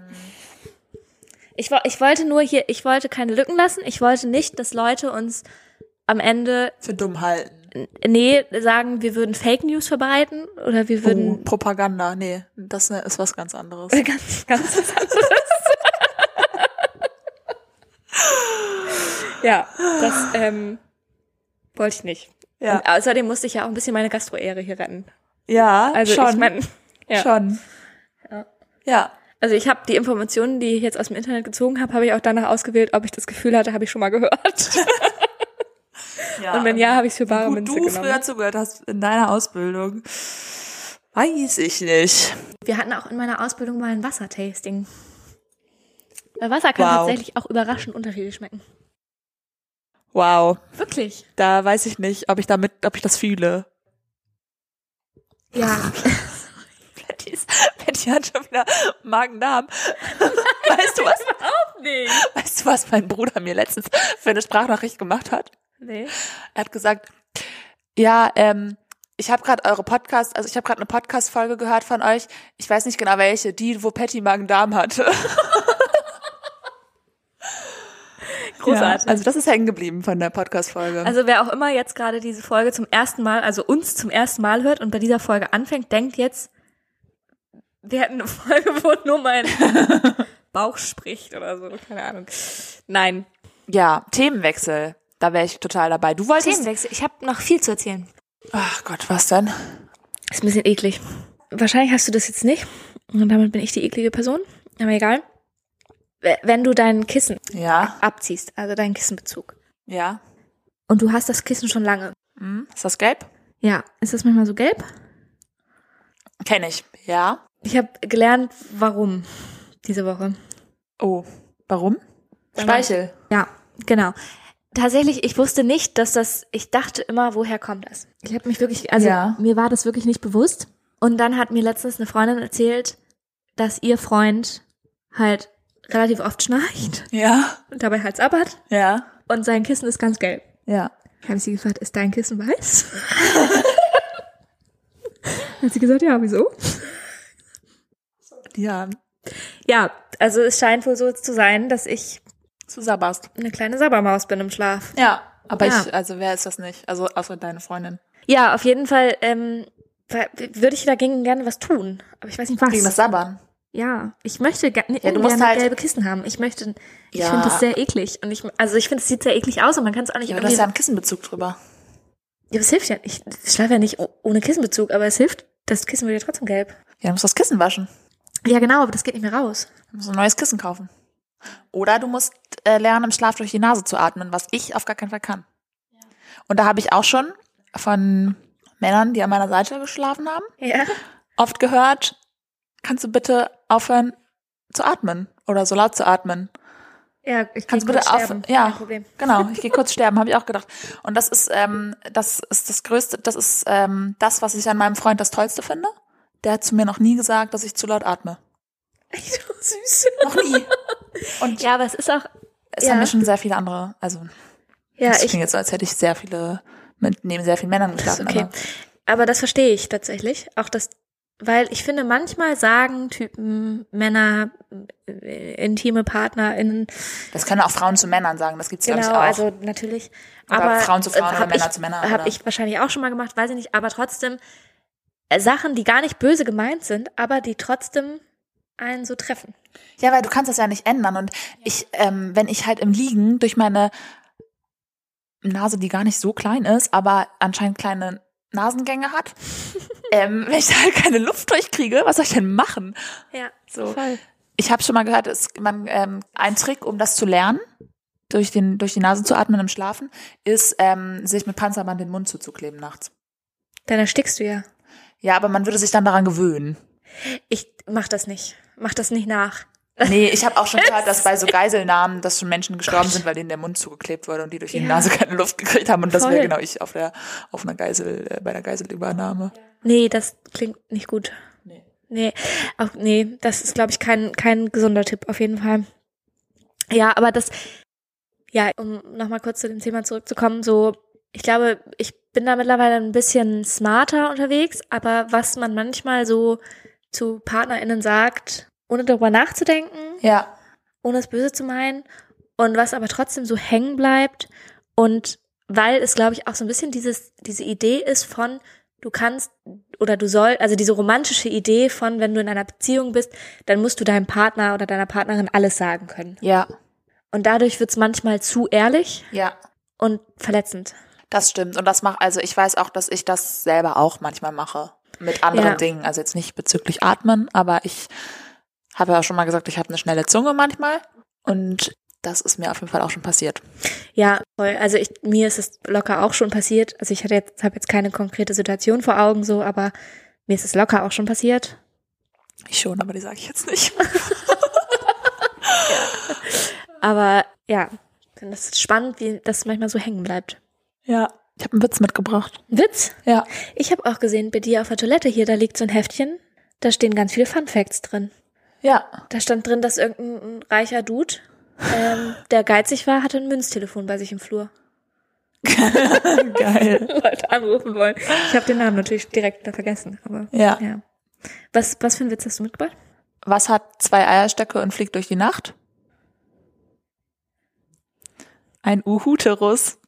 Ich, wo- ich wollte nur hier, ich wollte keine Lücken lassen. Ich wollte nicht, dass Leute uns am Ende, Für dumm halten. nee, sagen, wir würden Fake News verbreiten oder wir Oh, würden Propaganda. Nee, das ne, ist was ganz anderes. ganz, ganz was anderes. ja, das ähm, wollte ich nicht. Ja. Und außerdem musste ich ja auch ein bisschen meine Gastroehre hier retten. Ja, Also schon. ich meine, ja. Schon. Ja. also ich habe die Informationen, die ich jetzt aus dem Internet gezogen habe, habe ich auch danach ausgewählt, ob ich das Gefühl hatte, habe ich schon mal gehört. ja. Und wenn ja, habe ich für bare Wo Münze Ah, du genommen. früher zugehört hast in deiner Ausbildung, weiß ich nicht. Wir hatten auch in meiner Ausbildung mal ein Wassertasting. Weil Wasser kann Wow. tatsächlich auch überraschend unterschiedlich schmecken. Wow, Wirklich? da weiß ich nicht, ob ich damit, ob ich das fühle. Ja. Betty ist- Betty hat schon wieder Magen-Darm. Weißt du was? nee. Weißt du was mein Bruder mir letztens für eine Sprachnachricht gemacht hat? Nee. Er hat gesagt, ja, ähm, ich habe gerade eure Podcast, also ich habe gerade eine Podcast-Folge gehört von euch. Ich weiß nicht genau welche, die, wo Patty Magen-Darm hatte. Großartig. Ja, also das ist hängen geblieben von der Podcast-Folge. Also wer auch immer jetzt gerade diese Folge zum ersten Mal, also uns zum ersten Mal hört und bei dieser Folge anfängt, denkt jetzt, wir hätten eine Folge, wo nur mein Bauch spricht oder so. Keine Ahnung. Nein. ja, Themenwechsel. Da wäre ich total dabei. Du wolltest. Themenwechsel. Ich habe noch viel zu erzählen. Ach Gott, was denn? Ist ein bisschen eklig. Wahrscheinlich hast du das jetzt nicht. Und damit bin ich die eklige Person. Aber egal. W- Wenn du dein Kissen Ja, abziehst, also deinen Kissenbezug, ja. und du hast das Kissen schon lange. Hm, ist das gelb? Ja, ist das manchmal so gelb? Kenne ich. Ja. Ich habe gelernt, warum diese Woche. Oh, warum? Speichel. Ja, genau. Tatsächlich, ich wusste nicht, dass das, ich dachte immer, woher kommt das? Ich habe mich wirklich, also Ja. mir war das wirklich nicht bewusst. Und dann hat mir letztens eine Freundin erzählt, dass ihr Freund halt relativ oft schnarcht Ja, und dabei Hals ab hat ja, und sein Kissen ist ganz gelb. ja. Habe ich sie gefragt, ist dein Kissen weiß? hat sie gesagt, ja, wieso? Ja, Ja, also es scheint wohl so zu sein, dass ich zu sabberst. eine kleine Sabbermaus bin im Schlaf. Ja, aber Ja. ich, also wer ist das nicht? Also außer deine Freundin. Ja, auf jeden Fall ähm, wa- würde ich dagegen gerne was tun. Aber ich weiß nicht was. Gegen das Sabbern. ja, ich möchte ne, gerne Ja, du musst ungern halt- gelbe Kissen haben. Ich möchte, ich Ja. finde das sehr eklig. Und ich, also ich finde, es sieht sehr eklig aus und man kann es auch nicht Ja, aber du irgendwie. hast ja einen Kissenbezug drüber. ja, was hilft ja? Ich schlafe ja nicht o- ohne Kissenbezug, aber es hilft. Das Kissen wird ja trotzdem gelb. Ja, du musst das Kissen waschen. Ja, genau, aber das geht nicht mehr raus. Du musst ein neues Kissen kaufen. Oder du musst äh, lernen, im Schlaf durch die Nase zu atmen, was ich auf gar keinen Fall kann. Und da habe ich auch schon von Männern, die an meiner Seite geschlafen haben, Ja. oft gehört, kannst du bitte aufhören zu atmen oder so laut zu atmen. Ja, ich Kannst geh du bitte kurz auf- sterben. ja. Kein Problem. Genau, ich gehe kurz sterben, habe ich auch gedacht. Und das ist, ähm, das ist das Größte, das ist ähm, das, was ich an meinem Freund das Tollste finde. Der hat zu mir noch nie gesagt, dass ich zu laut atme. Echt oh, süß. Noch nie. Und Ja, aber es ist auch. es ja. haben mir schon sehr viele andere, also Ja, das ich. klingt jetzt so, als hätte ich sehr viele, mit neben sehr vielen Männern Das ist geschlafen. okay. aber- Aber das verstehe ich tatsächlich. Auch das, weil ich finde, manchmal sagen Typen, Männer, äh, intime PartnerInnen, Das können auch Frauen zu Männern sagen, das gibt's glaub genau, glaube ich auch. also natürlich. Oder aber äh, Frauen zu Frauen oder hab Männer ich, zu Männern, Habe oder? ich wahrscheinlich auch schon mal gemacht, weiß ich nicht. Aber trotzdem äh, Sachen, die gar nicht böse gemeint sind, aber die trotzdem einen so treffen. Ja, weil du kannst das ja nicht ändern. Und ich, ähm, wenn ich halt im Liegen durch meine Nase, die gar nicht so klein ist, aber anscheinend kleine Nasengänge hat, ähm, wenn ich da halt keine Luft durchkriege, was soll ich denn machen? Ja, So. Voll. Ich habe schon mal gehört, es, man, ähm, ein Trick, um das zu lernen, durch, den, durch die Nase zu atmen im Schlafen, ist, ähm, sich mit Panzerband den Mund zuzukleben nachts. dann erstickst du ja. Ja, aber man würde sich dann daran gewöhnen. Ich mach das nicht. Mach das nicht nach. Nee, ich habe auch schon gehört, dass bei so Geiselnahmen, dass schon Menschen gestorben sind, weil denen der Mund zugeklebt wurde und die durch die Ja. Nase keine Luft gekriegt haben. Und das Voll. wäre genau ich auf der auf einer Geisel, äh, bei der Geiselübernahme. Nee, das klingt nicht gut. Nee. Nee, auch, nee das ist, glaube ich, kein, kein gesunder Tipp auf jeden Fall. Ja, aber das, ja, um nochmal kurz zu dem Thema zurückzukommen, so, ich glaube, ich bin da mittlerweile ein bisschen smarter unterwegs, aber was man manchmal so zu PartnerInnen sagt, ohne darüber nachzudenken, Ja, ohne es böse zu meinen und was aber trotzdem so hängen bleibt und weil es glaube ich auch so ein bisschen dieses diese Idee ist von du kannst oder du soll also diese romantische Idee von wenn du in einer Beziehung bist, dann musst du deinem Partner oder deiner Partnerin alles sagen können. ja, Und dadurch wird es manchmal zu ehrlich ja. und verletzend. Das stimmt. Und das macht, also ich weiß auch, dass ich das selber auch manchmal mache. Mit anderen Ja. Dingen. Also jetzt nicht bezüglich Atmen, aber ich habe ja schon mal gesagt, ich habe eine schnelle Zunge manchmal. Und das ist mir auf jeden Fall auch schon passiert. Ja, voll. Also ich, mir ist es locker auch schon passiert. Also ich hatte jetzt habe jetzt keine konkrete Situation vor Augen so, aber mir ist es locker auch schon passiert. Ich schon, aber die sage ich jetzt nicht. Aber ja, das ist spannend, wie das manchmal so hängen bleibt. Ja. Ich habe einen Witz mitgebracht. Witz? Ja. Ich habe auch gesehen, bei dir auf der Toilette hier, da liegt so ein Heftchen. Da stehen ganz viele Fun Facts drin. Ja. Da stand drin, dass irgendein reicher Dude, ähm, der geizig war, hatte ein Münztelefon bei sich im Flur. Geil. Leute anrufen wollen. Ich habe den Namen natürlich direkt wieder vergessen, aber Ja. ja. Was, was für ein Witz hast du mitgebracht? Was hat zwei Eierstöcke und fliegt durch die Nacht? Ein Uhuterus.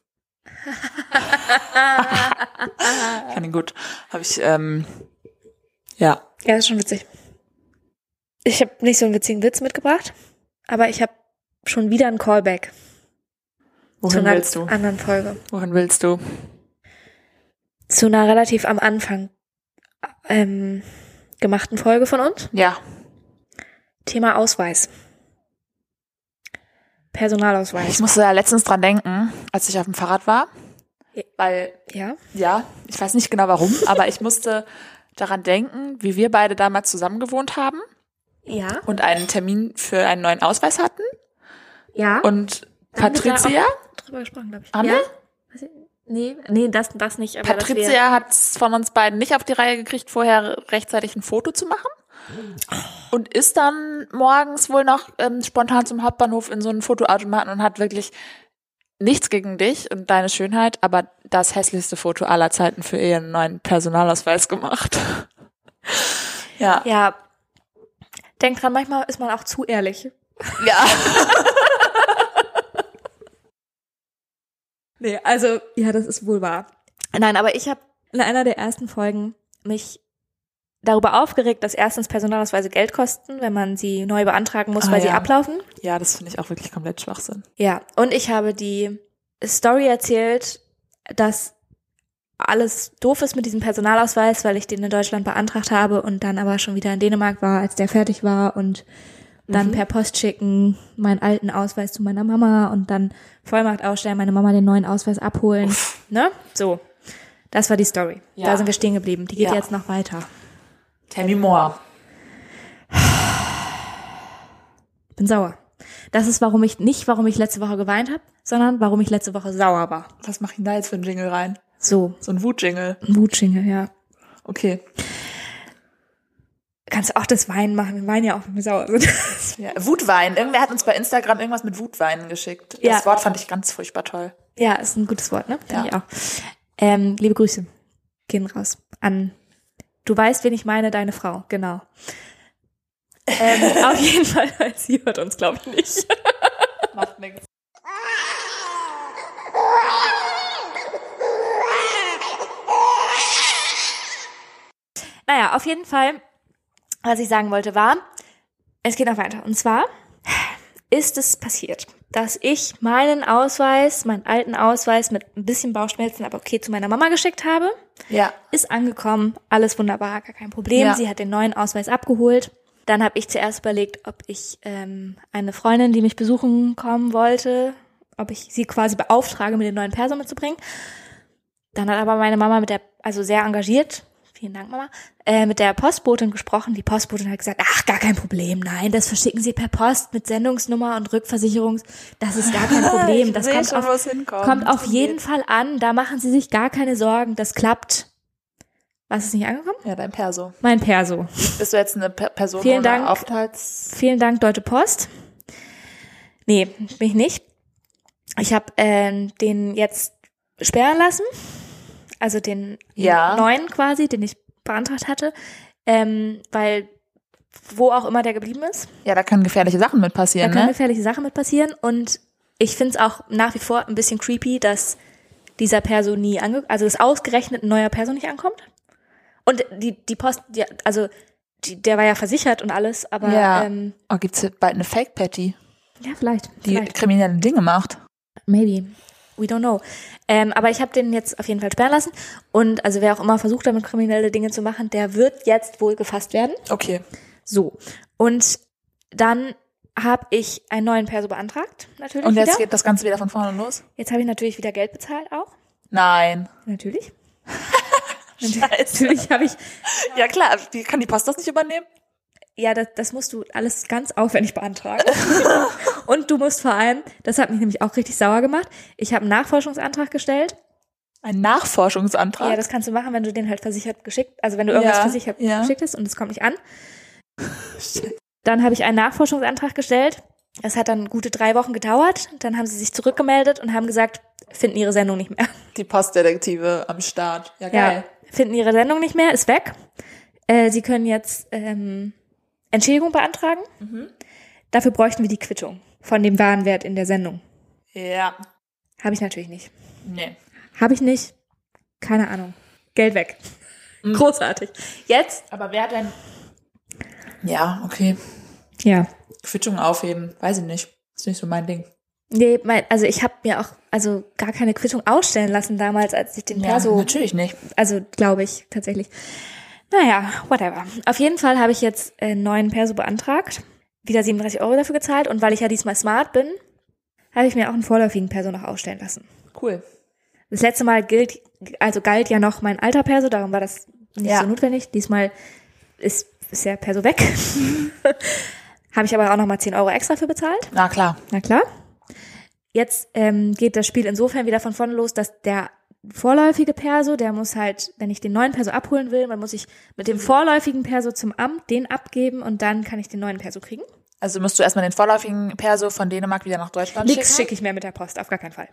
ich fand ihn gut. Habe ich, ähm, ja. Ja, ist schon witzig. Ich habe nicht so einen witzigen Witz mitgebracht, aber ich habe schon wieder einen Callback zu Wohin einer willst du? anderen Folge. Wohin willst du? zu einer relativ am Anfang ähm, gemachten Folge von uns. Ja. Thema Ausweis. Ich Personalausweis. musste da letztens dran denken, als ich auf dem Fahrrad war. Ja. Weil, Ja. ja, ich weiß nicht genau warum, aber ich musste daran denken, wie wir beide damals zusammen gewohnt haben Ja. und einen Termin für einen neuen Ausweis hatten. Ja. Und Da haben wir da Patricia, auch drüber gesprochen, glaube ich. Haben ja. wir? Weiß ich- Nee, nee, das, das nicht. Aber Das Patricia hat es von uns beiden nicht auf die Reihe gekriegt, vorher rechtzeitig ein Foto zu machen. Und ist dann morgens wohl noch ähm, spontan zum Hauptbahnhof in so einen Fotoautomaten und hat wirklich nichts gegen dich und deine Schönheit, aber das hässlichste Foto aller Zeiten für ihren neuen Personalausweis gemacht. ja. wär, ja. Denk dran, manchmal ist man auch zu ehrlich. Ja. Nee, also, ja, das ist wohl wahr. Nein, aber ich habe in einer der ersten Folgen mich darüber aufgeregt, dass erstens Personalausweise Geld kosten, wenn man sie neu beantragen muss, Ah, weil sie ja. ablaufen. Ja, das finde ich auch wirklich komplett Schwachsinn. Ja, und ich habe die Story erzählt, dass alles doof ist mit diesem Personalausweis, weil ich den in Deutschland beantragt habe und dann aber schon wieder in Dänemark war, als der fertig war und dann Mhm. per Post schicken, meinen alten Ausweis zu meiner Mama und dann Vollmacht ausstellen, meine Mama den neuen Ausweis abholen. Ne? So. Das war die Story. Ja. Da sind wir stehen geblieben. Die geht Ja. jetzt noch weiter. Tell me more. Bin sauer. Das ist, warum ich nicht, warum ich letzte Woche geweint habe, sondern warum ich letzte Woche sauer war. Was mache ich denn da jetzt für einen Jingle rein? So, So ein Wutjingle. ein Wutschinge, ja. Okay. Kannst du auch das Wein machen? Wir weinen ja auch, Also wenn wir sauer sind. Ja, Wutwein. Irgendwer hat uns bei Instagram irgendwas mit Wutweinen geschickt. Ja. Das Wort fand ich ganz furchtbar toll. ja, ist ein gutes Wort, ne? Ja. Finde Ich auch. Ähm, liebe Grüße. Gehen raus. An. Du weißt, wen ich meine, deine Frau. Genau. Ähm, auf jeden Fall, weil sie hört uns, glaube ich, nicht. Macht nichts. Naja, auf jeden Fall, was ich sagen wollte, war, es geht noch weiter. Und zwar ist es passiert, dass ich meinen Ausweis, meinen alten Ausweis mit ein bisschen Bauchschmerzen, aber okay, zu meiner Mama geschickt habe. Ja. Ist angekommen, alles wunderbar, gar kein Problem. Ja. Sie hat den neuen Ausweis abgeholt. Dann habe ich zuerst überlegt, ob ich ähm, eine Freundin, die mich besuchen kommen wollte, ob ich sie quasi beauftrage, mir den neuen Perso mitzubringen. Dann hat aber meine Mama mit der, also sehr engagiert, vielen Dank Mama, äh, mit der Postbotin gesprochen. Die Postbotin hat gesagt, ach, gar kein Problem, nein, das verschicken sie per Post mit Sendungsnummer und Rückversicherungs. Das ist gar kein Problem. Ich Das seh kommt schon, auf, wo es hinkommt. kommt auf Das jeden geht. Fall an. Da machen sie sich gar keine Sorgen. Das klappt. Was ist nicht angekommen? Ja, dein Perso. Mein Perso. Bist du jetzt eine Per- Person Vielen ohne Dank. Aufenthalts... Vielen Dank, Deutsche Post. Nee, bin ich nicht. Ich habe ähm, den jetzt sperren lassen. Also den Ja. neuen quasi, den ich beantragt hatte. Ähm, weil wo auch immer der geblieben ist, Ja, da können gefährliche Sachen mit da passieren, können ne? gefährliche Sachen mit passieren. Und ich finde es auch nach wie vor ein bisschen creepy, dass dieser Perso nie ange also dass ausgerechnet ein neuer Perso nicht ankommt. Und die, die Post, die, also die, der war ja versichert und alles, aber Ja. ähm, Oh, gibt's hier bald eine Fake-Patty, ja, vielleicht. die vielleicht. kriminelle Dinge macht? Maybe. We don't know. Ähm, aber ich habe den jetzt auf jeden Fall sperren lassen. Und also wer auch immer versucht, damit kriminelle Dinge zu machen, der wird jetzt wohl gefasst werden. Okay. So. Und dann habe ich einen neuen Perso beantragt, natürlich. Und jetzt wieder. geht das Ganze wieder von vorne los? jetzt habe ich natürlich wieder Geld bezahlt auch. Nein. Natürlich. Natürlich habe ich. Ja klar, die, kann die Post das nicht übernehmen? Ja, das, das musst du alles ganz aufwendig beantragen. Und du musst vor allem, das hat mich nämlich auch richtig sauer gemacht. Ich habe einen Nachforschungsantrag gestellt. Ein Nachforschungsantrag? Ja, das kannst du machen, wenn du den halt versichert geschickt, also wenn du irgendwas Ja, versichert ja. geschickt hast und es kommt nicht an. Dann habe ich einen Nachforschungsantrag gestellt. Es hat dann gute drei Wochen gedauert. Dann haben sie sich zurückgemeldet und haben gesagt, finden ihre Sendung nicht mehr. die Postdetektive am Start. Ja, Ja, geil. finden ihre Sendung nicht mehr, ist weg. Äh, sie können jetzt ähm, Entschädigung beantragen. Mhm. Dafür bräuchten wir die Quittung von dem Warenwert in der Sendung. Ja. Habe ich natürlich nicht. Nee. Habe ich nicht. Keine Ahnung. Geld weg. Mhm. Großartig. Jetzt Aber wer denn? Ja, okay. Ja. Quittung aufheben, weiß ich nicht. Ist nicht so mein Ding. Nee, mein, also ich habe mir auch also gar keine Quittung ausstellen lassen damals, als ich den Ja, Perso, natürlich nicht. also glaube ich tatsächlich. Naja, whatever. Auf jeden Fall habe ich jetzt äh, einen neuen Perso beantragt, wieder 37 Euro dafür gezahlt und weil ich ja diesmal smart bin, habe ich mir auch einen vorläufigen Perso noch ausstellen lassen. Cool. Das letzte Mal gilt, also galt ja noch mein alter Perso, darum war das nicht Ja. so notwendig. Diesmal ist, ist der Perso weg. habe ich aber auch nochmal 10 Euro extra für bezahlt. Na klar. Na klar. Jetzt ähm, geht das Spiel insofern wieder von vorne los, dass der vorläufige Perso, der muss halt, wenn ich den neuen Perso abholen will, dann muss ich mit dem vorläufigen Perso zum Amt den abgeben und dann kann ich den neuen Perso kriegen. Also musst du erstmal den vorläufigen Perso von Dänemark wieder nach Deutschland Nix schicken. schicke ich mehr mit der Post, auf gar keinen Fall.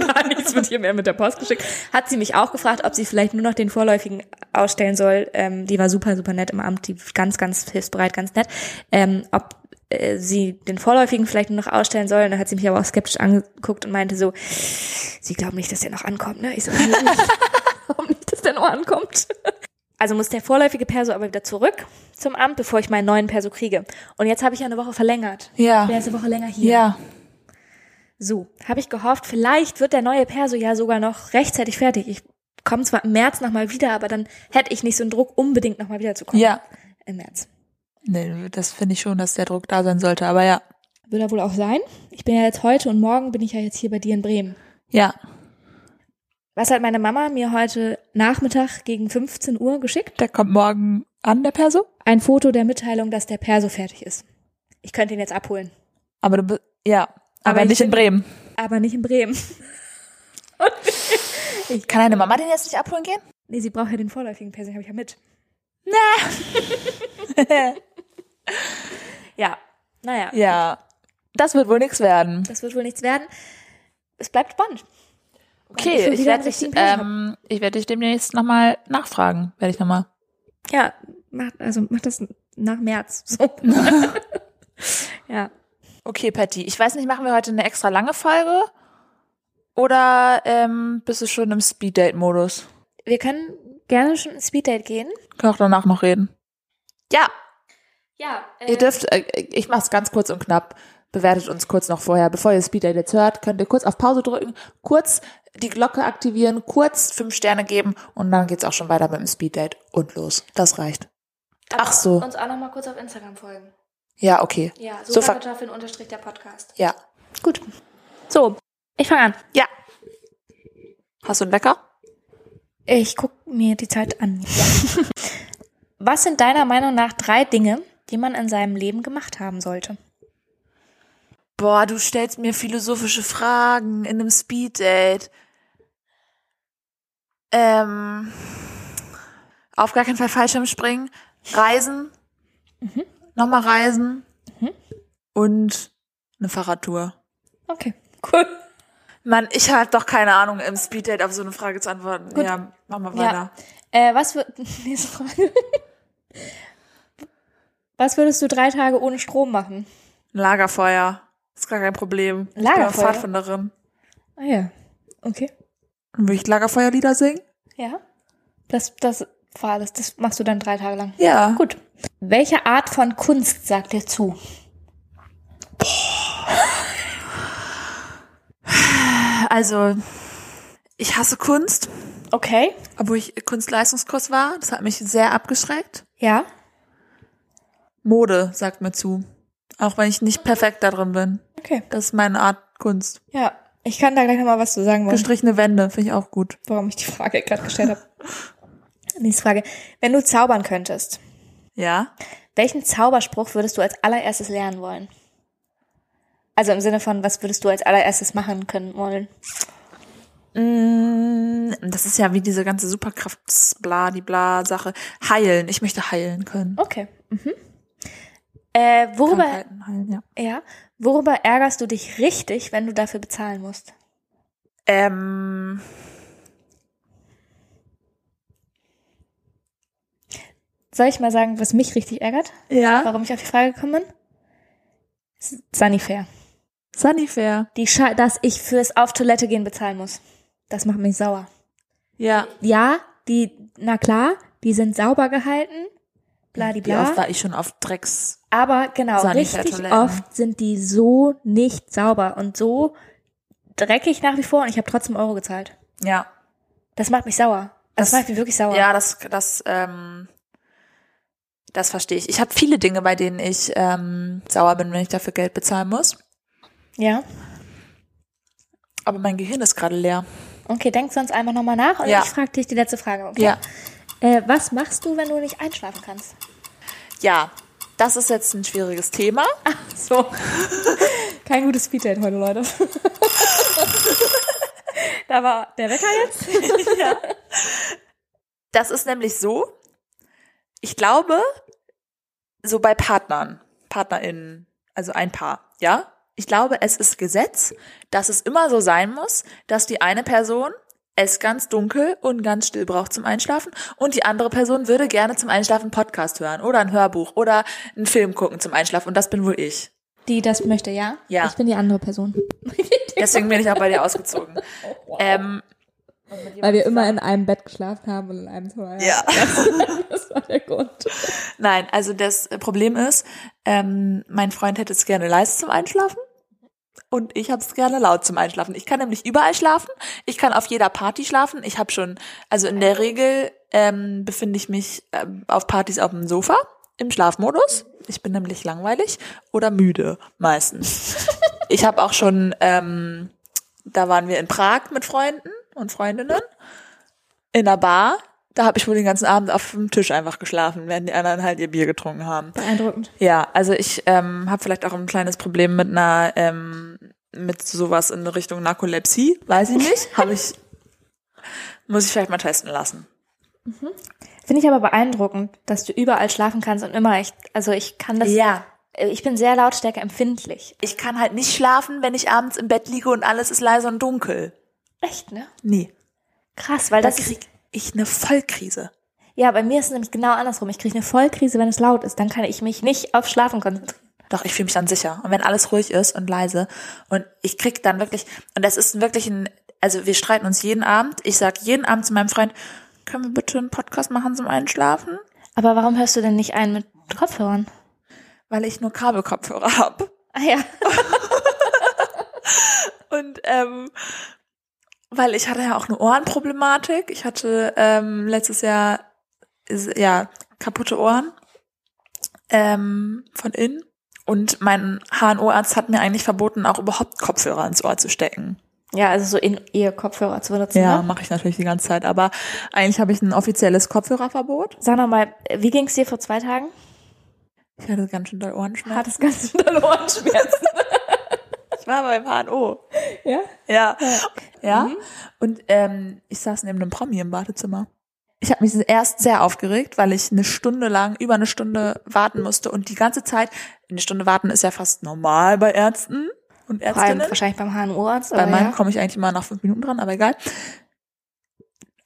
gar nichts wird hier mehr mit der Post geschickt. Hat sie mich auch gefragt, ob sie vielleicht nur noch den vorläufigen ausstellen soll. Ähm, die war super, super nett im Amt, die ganz, ganz hilfsbereit, ganz nett. Ähm, ob äh, sie den vorläufigen vielleicht nur noch ausstellen soll. Und dann hat sie mich aber auch skeptisch angeguckt und meinte so, sie glauben nicht, dass der noch ankommt, ne? Ich so, nee, warum nicht, dass der noch ankommt? Also muss der vorläufige Perso aber wieder zurück zum Amt, bevor ich meinen neuen Perso kriege. Und jetzt habe ich ja eine Woche verlängert. Ja. Wer ist eine Woche länger hier? Ja. So, habe ich gehofft, vielleicht wird der neue Perso ja sogar noch rechtzeitig fertig. Ich komme zwar im März nochmal wieder, aber dann hätte ich nicht so einen Druck, unbedingt nochmal wiederzukommen. Ja. Im März. Nee, das finde ich schon, dass der Druck da sein sollte, aber ja. Wird er wohl auch sein. Ich bin ja jetzt heute und morgen bin ich ja jetzt hier bei dir in Bremen. Ja. Was hat meine Mama mir heute Nachmittag gegen 15 Uhr geschickt? Der kommt morgen an, der Perso. Ein Foto der Mitteilung, dass der Perso fertig ist. Ich könnte ihn jetzt abholen, Aber du bist, ja. Aber, Aber ich nicht in Bremen. aber nicht in Bremen. Kann deine Mama den jetzt nicht abholen gehen? Nee, sie braucht ja den vorläufigen Perso, den habe ich ja mit. Na! ja, naja. Ja. Das wird wohl nichts werden. Das wird wohl nichts werden. Es bleibt spannend. Weil Okay, schon ich wieder einen werde dich, richtigen Plan hab. ähm, ich werde dich demnächst nochmal nachfragen. Werde ich nochmal. Ja, mach, also mach das nach März. So. ja. Okay, Patty, ich weiß nicht, machen wir heute eine extra lange Folge? Oder ähm, bist du schon im Speeddate-Modus? Wir können gerne schon ein Speeddate gehen. Können auch danach noch reden. Ja, Ja. ihr dürft, äh, ich mach's ganz kurz und knapp. Bewertet uns kurz noch vorher, bevor ihr Speed Date jetzt hört, könnt ihr kurz auf Pause drücken, kurz die Glocke aktivieren, kurz fünf Sterne geben und dann geht's auch schon weiter mit dem Speed Date und los. Das reicht. Ach so. Uns auch nochmal kurz auf Instagram folgen. Ja, okay. Ja, So ver- Superkartoffeln unterstrich der Podcast. Ja. Gut. So, ich fange an. Ja. Hast du einen Wecker? Ich guck mir die Zeit an. Was sind deiner Meinung nach drei Dinge, die man in seinem Leben gemacht haben sollte? Boah, du stellst mir philosophische Fragen in einem Speeddate. Ähm, auf gar keinen Fall Fallschirmspringen, reisen, Mhm. nochmal reisen und eine Fahrradtour. Okay, cool. Mann, ich habe doch keine Ahnung, im Speeddate auf so eine Frage zu antworten. Gut. Ja, machen wir Ja. weiter. Äh, was wird nächste Frage? Was würdest du drei Tage ohne Strom machen? Ein Lagerfeuer, ist gar kein Problem. Ich bin Lagerfeuer? auch Pfadfinderin. Ah ja, okay, Dann würde ich Lagerfeuerlieder singen? ja. Das, das war alles. Das machst du dann drei Tage lang. Ja. Gut. Welche Art von Kunst sagt dir zu? Also, ich hasse Kunst. Okay. obwohl ich Kunstleistungskurs war. Das hat mich sehr abgeschreckt. Ja. Mode sagt mir zu. Auch wenn ich nicht perfekt da drin bin. Okay. Das ist meine Art Kunst. Ja. Ich kann da gleich nochmal was zu sagen, warum, Gestrichene Wände finde ich auch gut. warum ich die Frage gerade gestellt habe. Nächste Frage. Wenn du zaubern könntest, Ja? welchen Zauberspruch würdest du als allererstes lernen wollen? Also im Sinne von, was würdest du als allererstes machen können wollen? Mm, Das ist ja wie diese ganze Superkrafts-Bla-di-Bla-Sache. Heilen. Ich möchte heilen können. Okay. Mhm. Äh, worüber, Krankheiten heilen, ja. ja, worüber ärgerst du dich richtig, wenn du dafür bezahlen musst? Ähm, Soll ich mal sagen, was mich richtig ärgert? ja. Warum ich auf die Frage gekommen bin? S- Sunnyfair. Sunnyfair. Die Scha dass ich fürs auf Toilette gehen bezahlen muss. Das macht mich sauer. Ja. Ja, die, na klar, die sind sauber gehalten. Wie Bladibla. oft war ich schon auf Drecks? Aber genau, Sanifair richtig Toiletten. oft sind die so nicht sauber und so dreckig nach wie vor und ich habe trotzdem Euro gezahlt. Ja. Das macht mich sauer. Das, Das- macht mich wirklich sauer. Ja, das, das, ähm, das verstehe ich. Ich habe viele Dinge, bei denen ich ähm, sauer bin, wenn ich dafür Geld bezahlen muss. ja? Aber mein Gehirn ist gerade leer. Okay, denk sonst einfach nochmal nach und Ja. ich frage dich die letzte Frage. Okay? Ja. Äh, was machst du, wenn du nicht einschlafen kannst? Ja, das ist jetzt ein schwieriges Thema. So. Kein gutes Speeddate heute, Leute. da war der Wecker jetzt. Das ist nämlich so, ich glaube, so bei Partnern, PartnerInnen, also ein Paar, ja? Ich glaube, es ist Gesetz, dass es immer so sein muss, dass die eine Person es ganz dunkel und ganz still braucht zum Einschlafen und die andere Person würde gerne zum Einschlafen einen Podcast hören oder ein Hörbuch oder einen Film gucken zum Einschlafen und das bin wohl ich. Die das möchte, ja? Ja. Ich bin die andere Person. Deswegen bin ich auch bei dir ausgezogen. Ähm, Weil wir immer in einem Bett geschlafen haben und in einem Zimmer. ja. Das war der Grund. Nein, also das Problem ist, ähm, mein Freund hätte es gerne leise zum Einschlafen und ich habe es gerne laut zum Einschlafen. Ich kann nämlich überall schlafen, ich kann auf jeder Party schlafen. Ich habe schon, also in der Regel ähm, befinde ich mich ähm, auf Partys auf dem Sofa im Schlafmodus. Ich bin nämlich langweilig oder müde meistens. ich habe auch schon, ähm, da waren wir in Prag mit Freunden und Freundinnen in der Bar. Da habe ich wohl den ganzen Abend auf dem Tisch einfach geschlafen, während die anderen halt ihr Bier getrunken haben. Beeindruckend. Ja, also ich ähm, habe vielleicht auch ein kleines Problem mit einer ähm, mit sowas in Richtung Narkolepsie, weiß ich nicht. Habe ich muss ich vielleicht mal testen lassen. Finde ich aber beeindruckend, dass du überall schlafen kannst und immer echt, also ich kann das, äh, ich bin sehr lautstärkeempfindlich. ich kann halt nicht schlafen, wenn ich abends im Bett liege und alles ist leise und dunkel. Echt, ne? Nee, Krass, weil da das, ist, krieg ich eine Vollkrise. ja, bei mir ist es nämlich genau andersrum. Ich kriege eine Vollkrise, wenn es laut ist. Dann kann ich mich nicht auf Schlafen konzentrieren. Doch, ich fühle mich dann sicher. Und wenn alles ruhig ist und leise und ich krieg dann wirklich, und das ist wirklich ein, also wir streiten uns jeden Abend. Ich sag jeden Abend zu meinem Freund, können wir bitte einen Podcast machen zum Einschlafen? Aber warum hörst du denn nicht ein mit Kopfhörern? Weil ich nur Kabelkopfhörer hab Ah ja. Und ähm, weil ich hatte ja auch eine Ohrenproblematik. Ich hatte ähm, letztes Jahr ist- ja kaputte Ohren ähm, von innen. Und mein HNO-Arzt hat mir eigentlich verboten, auch überhaupt Kopfhörer ins Ohr zu stecken. Ja, also so in ihr Kopfhörer zu benutzen. Ja, Ne? mache ich natürlich die ganze Zeit. Aber eigentlich habe ich ein offizielles Kopfhörerverbot. Sag noch mal, wie ging's dir vor zwei Tagen? Ich hatte ganz schön doll Ohrenschmerzen. Hattest ganz unter Ohrenschmerzen. Ich Ah, war beim HNO. Ja? Ja. Ja. Und ähm, ich saß neben einem Promi im Wartezimmer. Ich habe mich erst sehr aufgeregt, weil ich eine Stunde lang, über eine Stunde warten musste und die ganze Zeit, eine Stunde warten ist ja fast normal bei Ärzten und Vor allem Ärztinnen. wahrscheinlich beim HNO-Arzt. Bei aber meinem ja. komme ich eigentlich mal nach fünf Minuten dran, aber egal.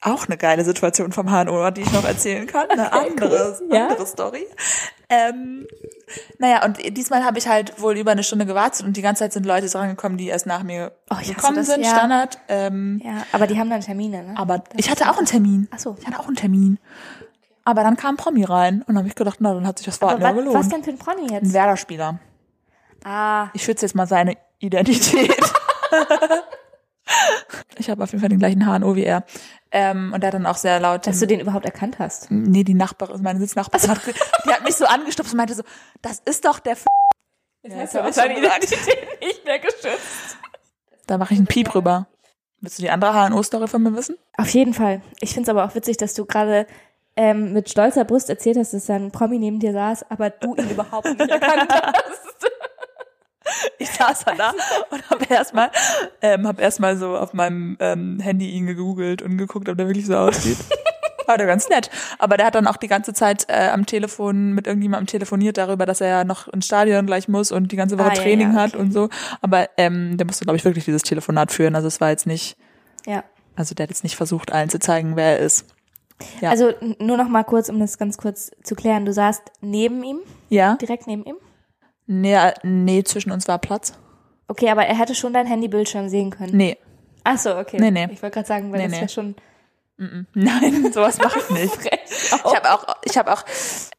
Auch eine geile Situation vom HNO, die ich noch erzählen kann. Eine andere, cool. Ja. andere Story. Ähm, naja, und diesmal habe ich halt wohl über eine Stunde gewartet und die ganze Zeit sind Leute drangekommen, die erst nach mir Oh, ich hasse gekommen das, sind, ja. Standard. Ähm, Ja, aber die haben dann Termine, ne? Aber ich hatte auch einen Termin. Ach so. Ich hatte auch einen Termin. Aber dann kam ein Promi rein und habe ich gedacht, na, dann hat sich das Warten aber ja was, was gelohnt. denn für ein Promi Ein jetzt? Werder-Spieler. Ah, Ich schütze jetzt mal seine Identität. ich habe auf jeden Fall den gleichen HNO wie er. Ähm, und er hat dann auch sehr laut. dass du den überhaupt erkannt hast. nee, die Nachbarin, meine Sitznachbarin, hat, ge- die hat mich so angestupst und meinte so, das ist doch der F Das Ja, heißt das ja hab auch ich schon schon gesagt. Identität nicht mehr geschützt. Da mache ich einen Piep rüber. Willst du die andere HNO-Story von mir wissen? Auf jeden Fall. Ich find's aber auch witzig, dass du gerade ähm, mit stolzer Brust erzählt hast, dass da ein Promi neben dir saß, aber du ihn überhaupt nicht erkannt hast. Ich saß dann da und habe erstmal ähm, hab erstmal so auf meinem ähm, Handy ihn gegoogelt und geguckt, ob der wirklich so aussieht. War der ganz nett. Aber der hat dann auch die ganze Zeit äh, am Telefon mit irgendjemandem telefoniert darüber, dass er ja noch ins Stadion gleich muss und die ganze Woche Ah, ja, Training ja, hat und so. Aber ähm, der musste, glaube ich, wirklich dieses Telefonat führen. Also es war jetzt nicht, Ja. also der hat jetzt nicht versucht, allen zu zeigen, wer er ist. Ja. Also n- nur noch mal kurz, um das ganz kurz zu klären. Du saßt neben ihm, Ja? direkt neben ihm. Nee, äh, nee, zwischen uns war Platz. Okay, aber er hätte schon dein Handybildschirm sehen können. Nee. Ach so, okay. Nee, nee. Ich wollte gerade sagen, weil Nee, das nee. wäre schon Nein, sowas mache ich nicht. Ich habe auch, ich habe auch,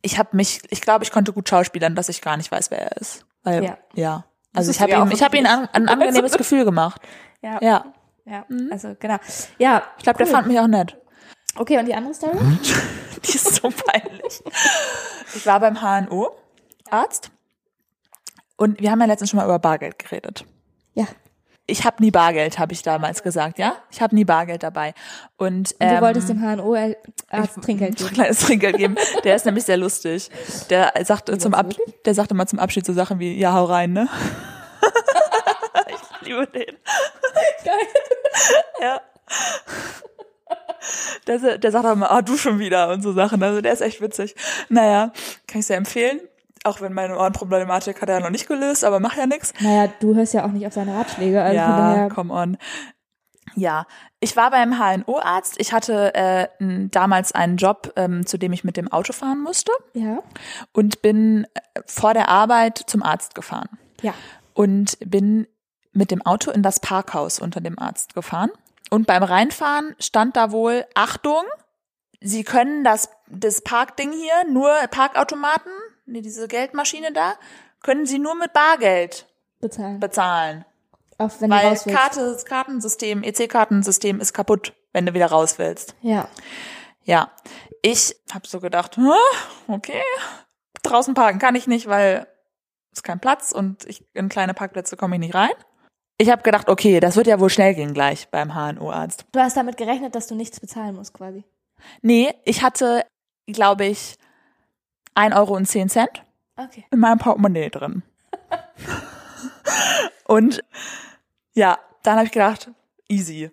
ich habe mich, ich glaube, ich konnte gut schauspielern, dass ich gar nicht weiß, wer er ist. Weil, ja. Ja. Also Das ich habe ist ja ihm, auch ich habe ihm an, ein angenehmes Gefühl gemacht. ja. Ja, Ja, Mhm. also genau. Ja, ich glaube, der fand mich auch nett. Okay, und die andere Story? Mhm. Die ist so peinlich. Ich war beim HNO Arzt und wir haben ja letztens schon mal über Bargeld geredet. Ja. Ich habe nie Bargeld, habe ich damals gesagt, ja. Ich habe nie Bargeld dabei. Und, Und du ähm, wolltest dem HNO-Arzt Trinkgeld So ein geben. kleines Trinkgeld geben. Der ist nämlich sehr lustig. Der sagt zum Ab der sagt immer zum Abschied so Sachen wie ja hau rein, ne? ich liebe den. Geil. ja. Der, der sagt auch immer, ah, du schon wieder und so Sachen. Also der ist echt witzig. Naja, kann ich sehr empfehlen. Auch wenn meine Ohrenproblematik hat er noch nicht gelöst, aber macht ja nichts. Naja, du hörst ja auch nicht auf seine Ratschläge. Also von Ja, daher, come on. Ja, ich war beim HNO-Arzt. Ich hatte äh, n- damals einen Job, ähm, zu dem ich mit dem Auto fahren musste Ja. und bin äh, vor der Arbeit zum Arzt gefahren Ja. und bin mit dem Auto in das Parkhaus unter dem Arzt gefahren. Und beim Reinfahren stand da wohl, Achtung, Sie können das, das Parkding hier, nur Parkautomaten, nee, diese Geldmaschine da, können Sie nur mit Bargeld bezahlen. bezahlen. Auch wenn du Weil raus willst. Karte, Kartensystem, EC-Kartensystem ist kaputt, wenn du wieder raus willst. Ja. Ja. Ich habe so gedacht, "Hä? okay, draußen parken kann ich nicht, weil ist kein Platz und ich, in kleine Parkplätze komme ich nicht rein. Ich habe gedacht, okay, das wird ja wohl schnell gehen gleich beim HNO-Arzt. Du hast damit gerechnet, dass du nichts bezahlen musst, quasi. Nee, ich hatte, glaube ich, 1,10 Euro und zehn Cent. Okay. in meinem Portemonnaie drin. und ja, dann habe ich gedacht, easy.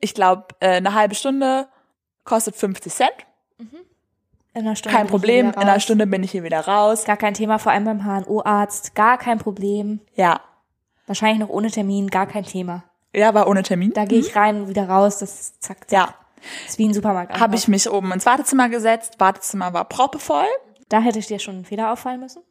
Ich glaube, äh, eine halbe Stunde kostet 50 Cent. In einer Stunde. bin Kein ich Problem, wieder in einer raus. Stunde bin ich hier wieder raus. Gar kein Thema, vor allem beim HNO-Arzt. Gar kein Problem. Ja, Wahrscheinlich noch ohne Termin, gar kein Thema. ja war ohne Termin. Da gehe ich rein, wieder raus, das ist zack, zack. Mhm. Ja, Das ist wie ein Supermarkt. habe ich mich oben ins Wartezimmer gesetzt. Wartezimmer war proppevoll. Da hätte ich dir schon einen Fehler auffallen müssen.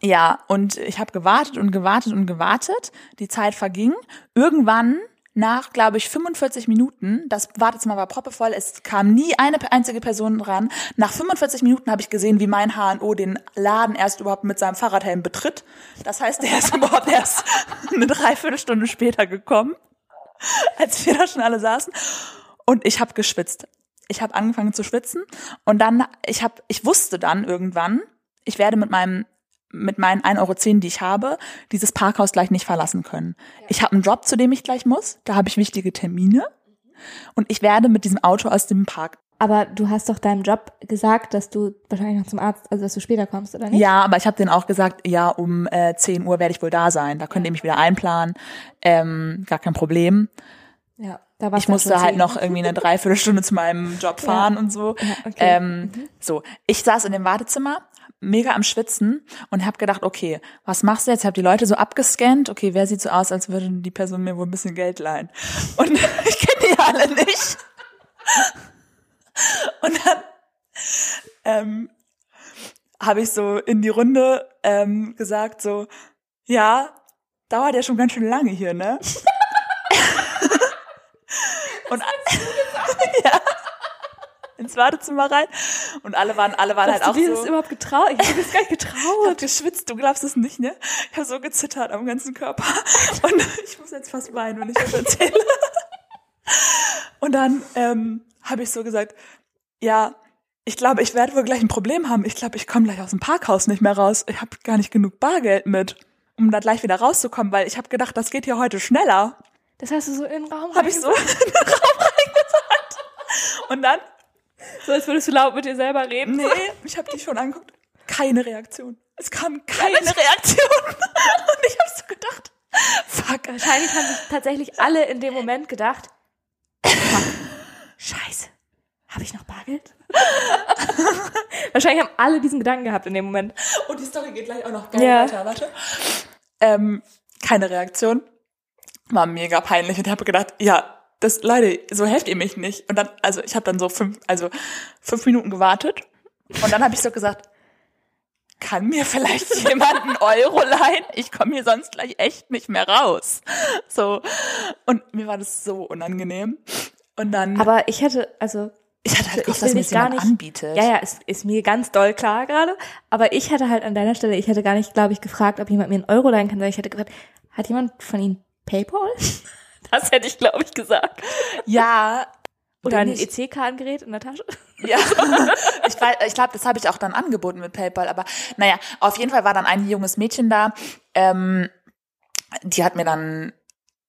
Ja, und ich habe gewartet und gewartet und gewartet. Die Zeit verging. Irgendwann nach, glaube ich, 45 Minuten, das Wartezimmer war proppevoll, es kam nie eine einzige Person ran. Nach 45 Minuten habe ich gesehen, wie mein HNO den Laden erst überhaupt mit seinem Fahrradhelm betritt. Das heißt, der ist überhaupt erst eine Dreiviertelstunde später gekommen, als wir da schon alle saßen. Und ich habe geschwitzt. Ich habe angefangen zu schwitzen und dann, ich habe, ich wusste dann irgendwann, ich werde mit meinem mit meinen 1,10 Euro, die ich habe, dieses Parkhaus gleich nicht verlassen können. Ich habe einen Job, zu dem ich gleich muss. Da habe ich wichtige Termine. Und ich werde mit diesem Auto aus dem Park. Aber du hast doch deinem Job gesagt, dass du wahrscheinlich noch zum Arzt, also dass du später kommst, oder nicht? Ja, aber ich habe denen auch gesagt, ja, um äh, 10 Uhr werde ich wohl da sein. Da könnt ihr mich wieder einplanen. Ähm, gar kein Problem. Ja, da warst ich du musste schon halt zehn. noch irgendwie eine Dreiviertelstunde zu meinem Job fahren und so. okay. Ähm, So, ich saß in dem Wartezimmer, mega am Schwitzen und habe gedacht, okay, was machst du jetzt? Ich habe die Leute so abgescannt. Okay, wer sieht so aus, als würde die Person mir wohl ein bisschen Geld leihen? Und ich kenne die alle nicht. Und dann ähm, habe ich so in die Runde ähm, gesagt, so, ja, dauert ja schon ganz schön lange hier, ne? und ja, ins Wartezimmer rein. Und alle waren, alle waren halt Hast auch du dir so. das überhaupt getraut? Ich habe das gar nicht Ich getraut. hab geschwitzt, du glaubst es nicht, ne? Ich habe so gezittert am ganzen Körper. Und ich muss jetzt fast weinen, wenn ich das erzähle. Und dann ähm, habe ich so gesagt, ja, ich glaube, ich werde wohl gleich ein Problem haben. Ich glaube, ich komme gleich aus dem Parkhaus nicht mehr raus. Ich habe gar nicht genug Bargeld mit, um da gleich wieder rauszukommen, weil ich habe gedacht, das geht hier heute schneller. Das hast du so in den Raum Habe ich so in den Raum reingesagt. Und dann, reingesetzt, so, als würdest du laut mit dir selber reden. nee, ich habe die schon angeguckt. Keine Reaktion. Es kam keine Reaktion. Und ich habe so gedacht, fuck, Alter. Wahrscheinlich haben sich tatsächlich alle in dem Moment gedacht, Scheiße. habe ich noch Bargeld? Wahrscheinlich haben alle diesen Gedanken gehabt in dem Moment. Und Oh, die Story geht gleich auch noch geil Ja. weiter, warte. Ähm, keine Reaktion. War mega peinlich und ich habe gedacht, ja, das, Leute, so helft ihr mich nicht. Und dann, also ich habe dann so fünf, also fünf Minuten gewartet und dann habe ich so gesagt, kann mir vielleicht jemand einen Euro leihen? Ich komme hier sonst gleich echt nicht mehr raus. So. Und mir war das so unangenehm. Und dann, Aber ich hätte, also ich hatte halt ich gehofft, will dass mir dich das gar jemand nicht- anbietet. Ja, ja, ist, ist mir ganz doll klar gerade. Aber ich hätte halt an deiner Stelle, ich hätte gar nicht, glaube ich, gefragt, ob jemand mir einen Euro leihen kann, sondern ich hätte gefragt, hat jemand von Ihnen PayPal? Das hätte ich, glaube ich, gesagt. ja Oder ein E Bin ich- EC-Kartengerät in der Tasche. Ja, ich, weiß- ich glaube, das habe ich auch dann angeboten mit PayPal. Aber naja, auf jeden Fall war dann ein junges Mädchen da, ähm, die hat mir dann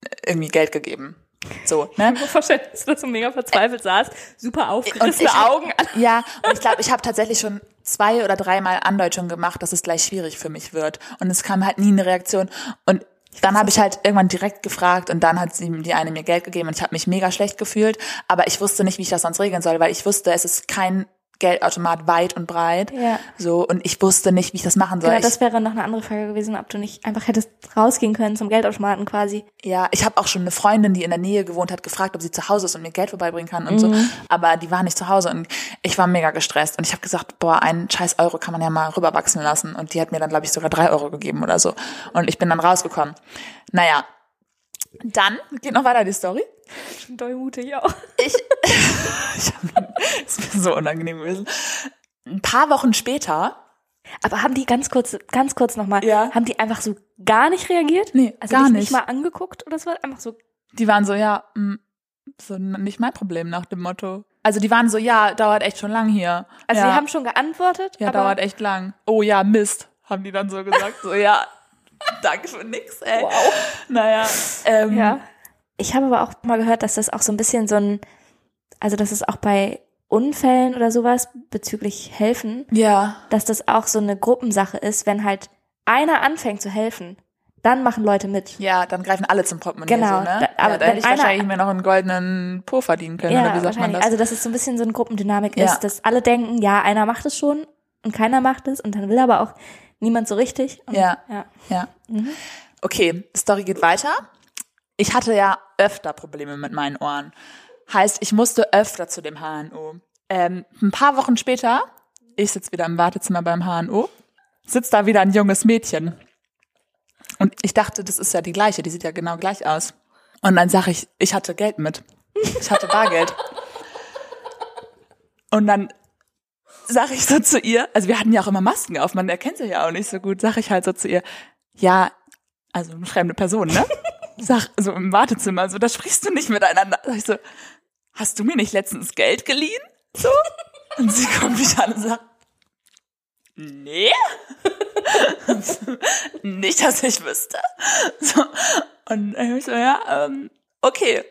äh, irgendwie Geld gegeben. So, ne? Ich kann mir vorstellen, dass du da so mega verzweifelt saß, super aufgerissene ich- Augen. Ja, und ich glaube, ich habe tatsächlich schon zwei oder dreimal Andeutungen gemacht, dass es gleich schwierig für mich wird. Und es kam halt nie eine Reaktion. Und dann habe ich halt irgendwann direkt gefragt und dann hat sie die eine mir Geld gegeben und ich habe mich mega schlecht gefühlt, aber ich wusste nicht, wie ich das sonst regeln soll, weil ich wusste, es ist kein Geldautomat weit und breit. Ja. So, und ich wusste nicht, wie ich das machen soll. Genau, das wäre noch eine andere Frage gewesen, ob du nicht einfach hättest rausgehen können zum Geldautomaten quasi. ich, ja, ich habe auch schon eine Freundin, die in der Nähe gewohnt hat, gefragt, ob sie zu Hause ist und mir Geld vorbeibringen kann und Mhm. so. Aber die war nicht zu Hause und ich war mega gestresst. Und ich habe gesagt, boah, einen scheiß Euro kann man ja mal rüberwachsen lassen. Und die hat mir dann, glaube ich, sogar drei Euro gegeben oder so. Und ich bin dann rausgekommen. Naja, dann geht noch weiter die Story. Schon doll mutig auch. Ist mir so unangenehm gewesen. Ein paar Wochen später Aber haben die ganz kurz, ganz kurz nochmal, Ja. haben die einfach so gar nicht reagiert? Nee, also gar dich nicht. nicht mal angeguckt oder so, einfach so die waren so, ja, mh, so n- nicht mein Problem nach dem Motto. Also die waren so, ja, dauert echt schon lang hier. Also ja, die haben schon geantwortet, ja aber dauert echt lang. Oh ja, Mist, haben die dann so gesagt. So, ja, danke für nix, ey. Wow. Naja, ähm, ja. Ich habe aber auch mal gehört, dass das auch so ein bisschen so ein, also dass es auch bei Unfällen oder sowas bezüglich Helfen, ja, dass das auch so eine Gruppensache ist, wenn halt einer anfängt zu helfen, dann machen Leute mit. ja, dann greifen alle zum Portemonnaie Genau, so, ne? da- aber ja, wenn da hätte ich einer- wahrscheinlich mir noch einen goldenen Po verdienen können, oder Genau, wie sagt man das? Also dass es so ein bisschen so eine Gruppendynamik Ja. ist, dass alle denken, ja, einer macht es schon und keiner macht es und dann will aber auch niemand so richtig. Und Ja. ja. ja. Mhm. Okay, Story geht weiter. Ich hatte ja öfter Probleme mit meinen Ohren. Heißt, ich musste öfter zu dem HNO. Ähm, ein paar Wochen später, ich sitze wieder im Wartezimmer beim HNO, sitzt da wieder ein junges Mädchen. Und ich dachte, das ist ja die gleiche, die sieht ja genau gleich aus. Und dann sage ich, ich hatte Geld mit. Ich hatte Bargeld. Und dann sage ich so zu ihr, also wir hatten ja auch immer Masken auf, man erkennt sie ja auch nicht so gut, sage ich halt so zu ihr, ja, also eine fremde Person, ne? Sag, so im Wartezimmer, so, da sprichst du nicht miteinander. Sag ich so, hast du mir nicht letztens Geld geliehen? So. Und sie kommt mich an und sagt, nee, nicht, dass ich wüsste. So. Und dann hab ich so, ja, ähm, okay.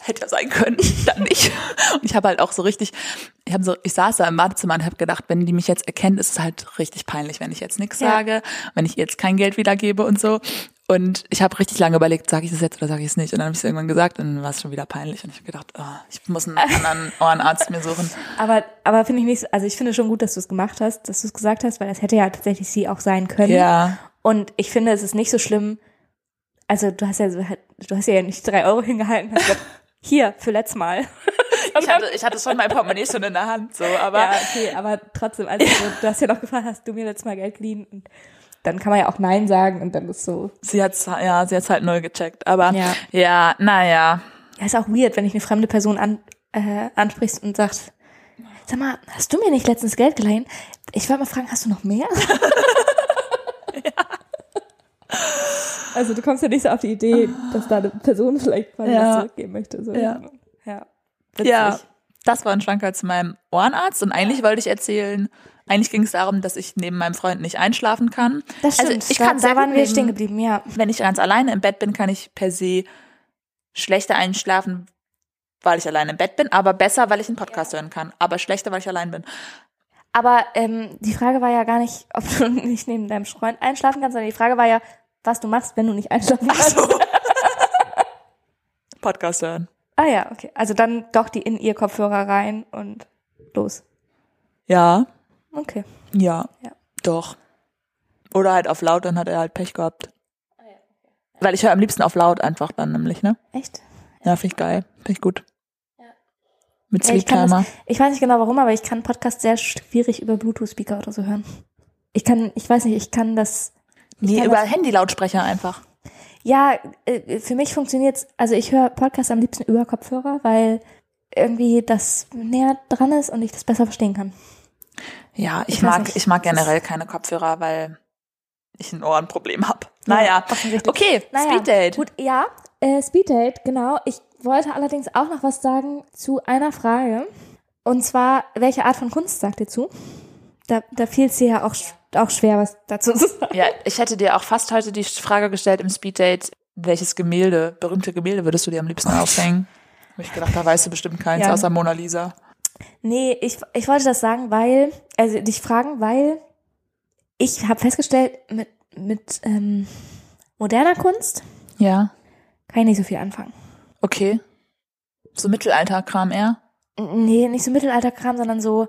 Hätte ja sein können, dann nicht. Und ich habe halt auch so richtig, ich habe so, ich saß da im Wartezimmer und habe gedacht, wenn die mich jetzt erkennt, ist es halt richtig peinlich, wenn ich jetzt nichts sage, wenn ich ihr jetzt kein Geld wiedergebe und so. Und ich habe richtig lange überlegt, sage ich das jetzt oder sage ich es nicht. Und dann habe ich es irgendwann gesagt und dann war es schon wieder peinlich. Und ich habe gedacht, oh, ich muss einen anderen Ohrenarzt mir suchen. Aber, aber finde ich nicht, so- also ich finde schon gut, dass du es gemacht hast, dass du es gesagt hast, weil das hätte ja tatsächlich sie auch sein können. Ja. Und ich finde, es ist nicht so schlimm. Also du hast ja, so- du hast ja nicht drei Euro hingehalten. und Hast gesagt, hier, für letztes Mal. Ich hatte, ich hatte schon mein Portemonnaie schon in der Hand, so, aber Ja, okay, aber trotzdem, also so, du hast ja noch gefragt, hast du mir letztes Mal Geld geliehen? Und dann kann man ja auch Nein sagen und dann ist so. sie hat's, ja, sie hat's halt neu gecheckt. Aber Ja. ja, ja naja. Ja, ist auch weird, wenn ich eine fremde Person an, äh, ansprichst und sagt, sag mal, hast du mir nicht letztens Geld geliehen? Ich wollte mal fragen, hast du noch mehr? Also du kommst ja nicht so auf die Idee, dass da eine Person vielleicht mal Ja. was zurückgeben möchte. So. Ja. ja. Ja, das war ein Schwanker zu meinem Ohrenarzt und eigentlich wollte ich erzählen, eigentlich ging es darum, dass ich neben meinem Freund nicht einschlafen kann. Das stimmt. Also ich da, kann da sehr waren gut wir leben. stehen geblieben, ja. Wenn ich ganz alleine im Bett bin, kann ich per se schlechter einschlafen, weil ich allein im Bett bin, aber besser, weil ich einen Podcast hören kann, aber schlechter, weil ich allein bin. Aber ähm, die Frage war ja gar nicht, ob du nicht neben deinem Freund einschlafen kannst, sondern die Frage war ja, was du machst, wenn du nicht einschlafen kannst. Podcast hören. Ah ja, okay. Also dann doch die in ihr Kopfhörer rein und los. Ja, Okay. ja, Ja. doch. Oder halt auf laut, dann hat er halt Pech gehabt. Ah, Weil ich höre am liebsten auf laut einfach dann nämlich, ne? Echt? Ja, finde ich geil. Finde ich gut. Mit Ja, ich, kann Sleeptimer. das, ich weiß nicht genau warum, aber ich kann Podcast sehr schwierig über Bluetooth-Speaker oder so hören. Ich kann, ich weiß nicht, ich kann das. ich Nee, kann über das, Handy-Lautsprecher einfach. Ja, äh, für mich funktioniert's. Also ich höre Podcasts am liebsten über Kopfhörer, weil irgendwie das näher dran ist und ich das besser verstehen kann. Ja, ich, Ich weiß mag, nicht. ich mag Das ist- generell keine Kopfhörer, weil ich ein Ohrenproblem habe. Naja, okay, Speeddate. Gut, ja, äh, Speeddate, genau. Ich wollte allerdings auch noch was sagen zu einer Frage. Und zwar, welche Art von Kunst sagt ihr zu? Da, da fiel es dir ja auch, sch- auch schwer, was dazu zu sagen. Ja, ich hätte dir auch fast heute die Frage gestellt im Speeddate, welches Gemälde, berühmte Gemälde würdest du dir am liebsten aufhängen? Hab ich gedacht, da weißt du bestimmt keins, Oh. Ja. außer Mona Lisa. Nee, ich, ich wollte das sagen, weil, also dich fragen, weil ich habe festgestellt, mit, mit ähm, moderner Kunst Ja, kann ich nicht so viel anfangen. okay. So Mittelalterkram eher? Nee, nicht so Mittelalterkram, sondern so,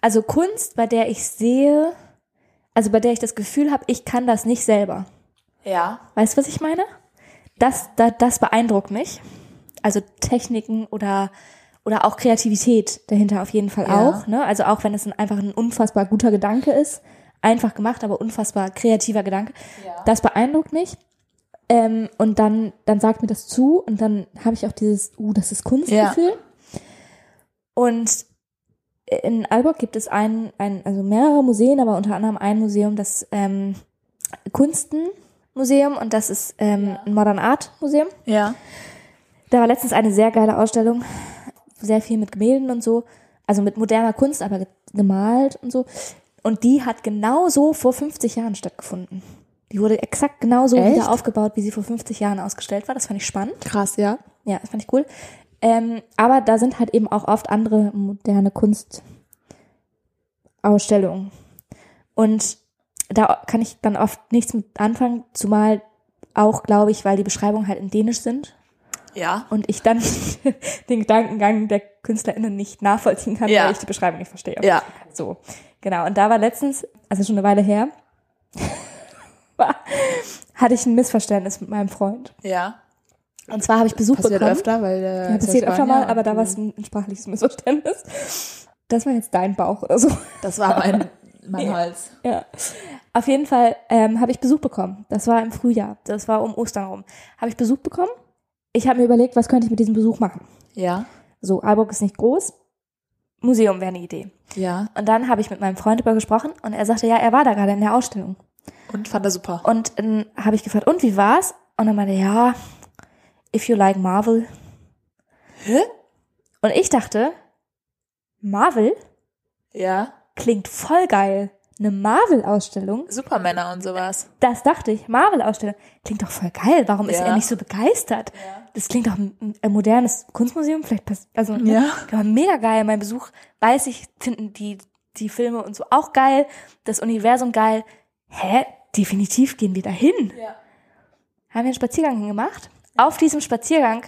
also Kunst, bei der ich sehe, also bei der ich das Gefühl habe, ich kann das nicht selber. Ja. Weißt du, was ich meine? Das, da, das beeindruckt mich. Also Techniken oder, oder auch Kreativität dahinter auf jeden Fall Ja. auch. Ne? Also auch wenn es ein, einfach ein unfassbar guter Gedanke ist, einfach gemacht, aber unfassbar kreativer Gedanke, das beeindruckt mich. Ähm, und dann, dann sagt mir das zu und dann habe ich auch dieses, uh, das ist Kunstgefühl. Und in Alborg gibt es ein, ein, also mehrere Museen, aber unter anderem ein Museum, das ähm, Kunstenmuseum und das ist ähm, ein Modern Art Museum. Ja. Da war letztens eine sehr geile Ausstellung, sehr viel mit Gemälden und so, also mit moderner Kunst, aber ge- gemalt und so. Und die hat genau so vor 50 Jahren stattgefunden. Die wurde exakt genauso wieder aufgebaut, wie sie vor 50 Jahren ausgestellt war. Das fand ich spannend. Krass, ja. Ja, das fand ich cool. Ähm, aber da sind halt eben auch oft andere moderne Kunstausstellungen. Und da kann ich dann oft nichts mit anfangen, zumal auch, glaube ich, weil die Beschreibungen halt in Dänisch sind Ja. und ich dann den Gedankengang der KünstlerInnen nicht nachvollziehen kann, Ja. weil ich die Beschreibung nicht verstehe. Ja. So, genau. Und da war letztens, also schon eine Weile her, war, hatte ich ein Missverständnis mit meinem Freund. Ja. Und zwar habe ich Besuch bekommen. weil äh, Ja, passiert öfter mal, aber da war es ein, ein sprachliches Missverständnis. Das war jetzt dein Bauch oder so. Das war mein mein Hals. Ja. Auf jeden Fall ähm, habe ich Besuch bekommen. Das war im Frühjahr. Das war um Ostern rum. Habe ich Besuch bekommen. Ich habe mir überlegt, was könnte ich mit diesem Besuch machen. Ja, So, Aalburg ist nicht groß. Museum wäre eine Idee. ja. Und dann habe ich mit meinem Freund darüber gesprochen und er sagte, ja, er war da gerade in der Ausstellung. Und fand er super. Und dann habe ich gefragt, und wie war's? Und dann meinte er, ja, if you like Marvel. Hä? Und ich dachte, Marvel Ja. klingt voll geil. Eine Marvel-Ausstellung? Supermänner und sowas. Das dachte ich. Marvel-Ausstellung klingt doch voll geil. Warum ist Ja. er nicht so begeistert? Das klingt doch ein, ein modernes Kunstmuseum. Vielleicht pass- also ne? Ja. Aber mega geil. Mein Besuch weiß ich, finden die, die Filme und so auch geil, das Universum geil. Hä? Definitiv gehen wir dahin. Ja. Haben wir einen Spaziergang hingemacht. Auf diesem Spaziergang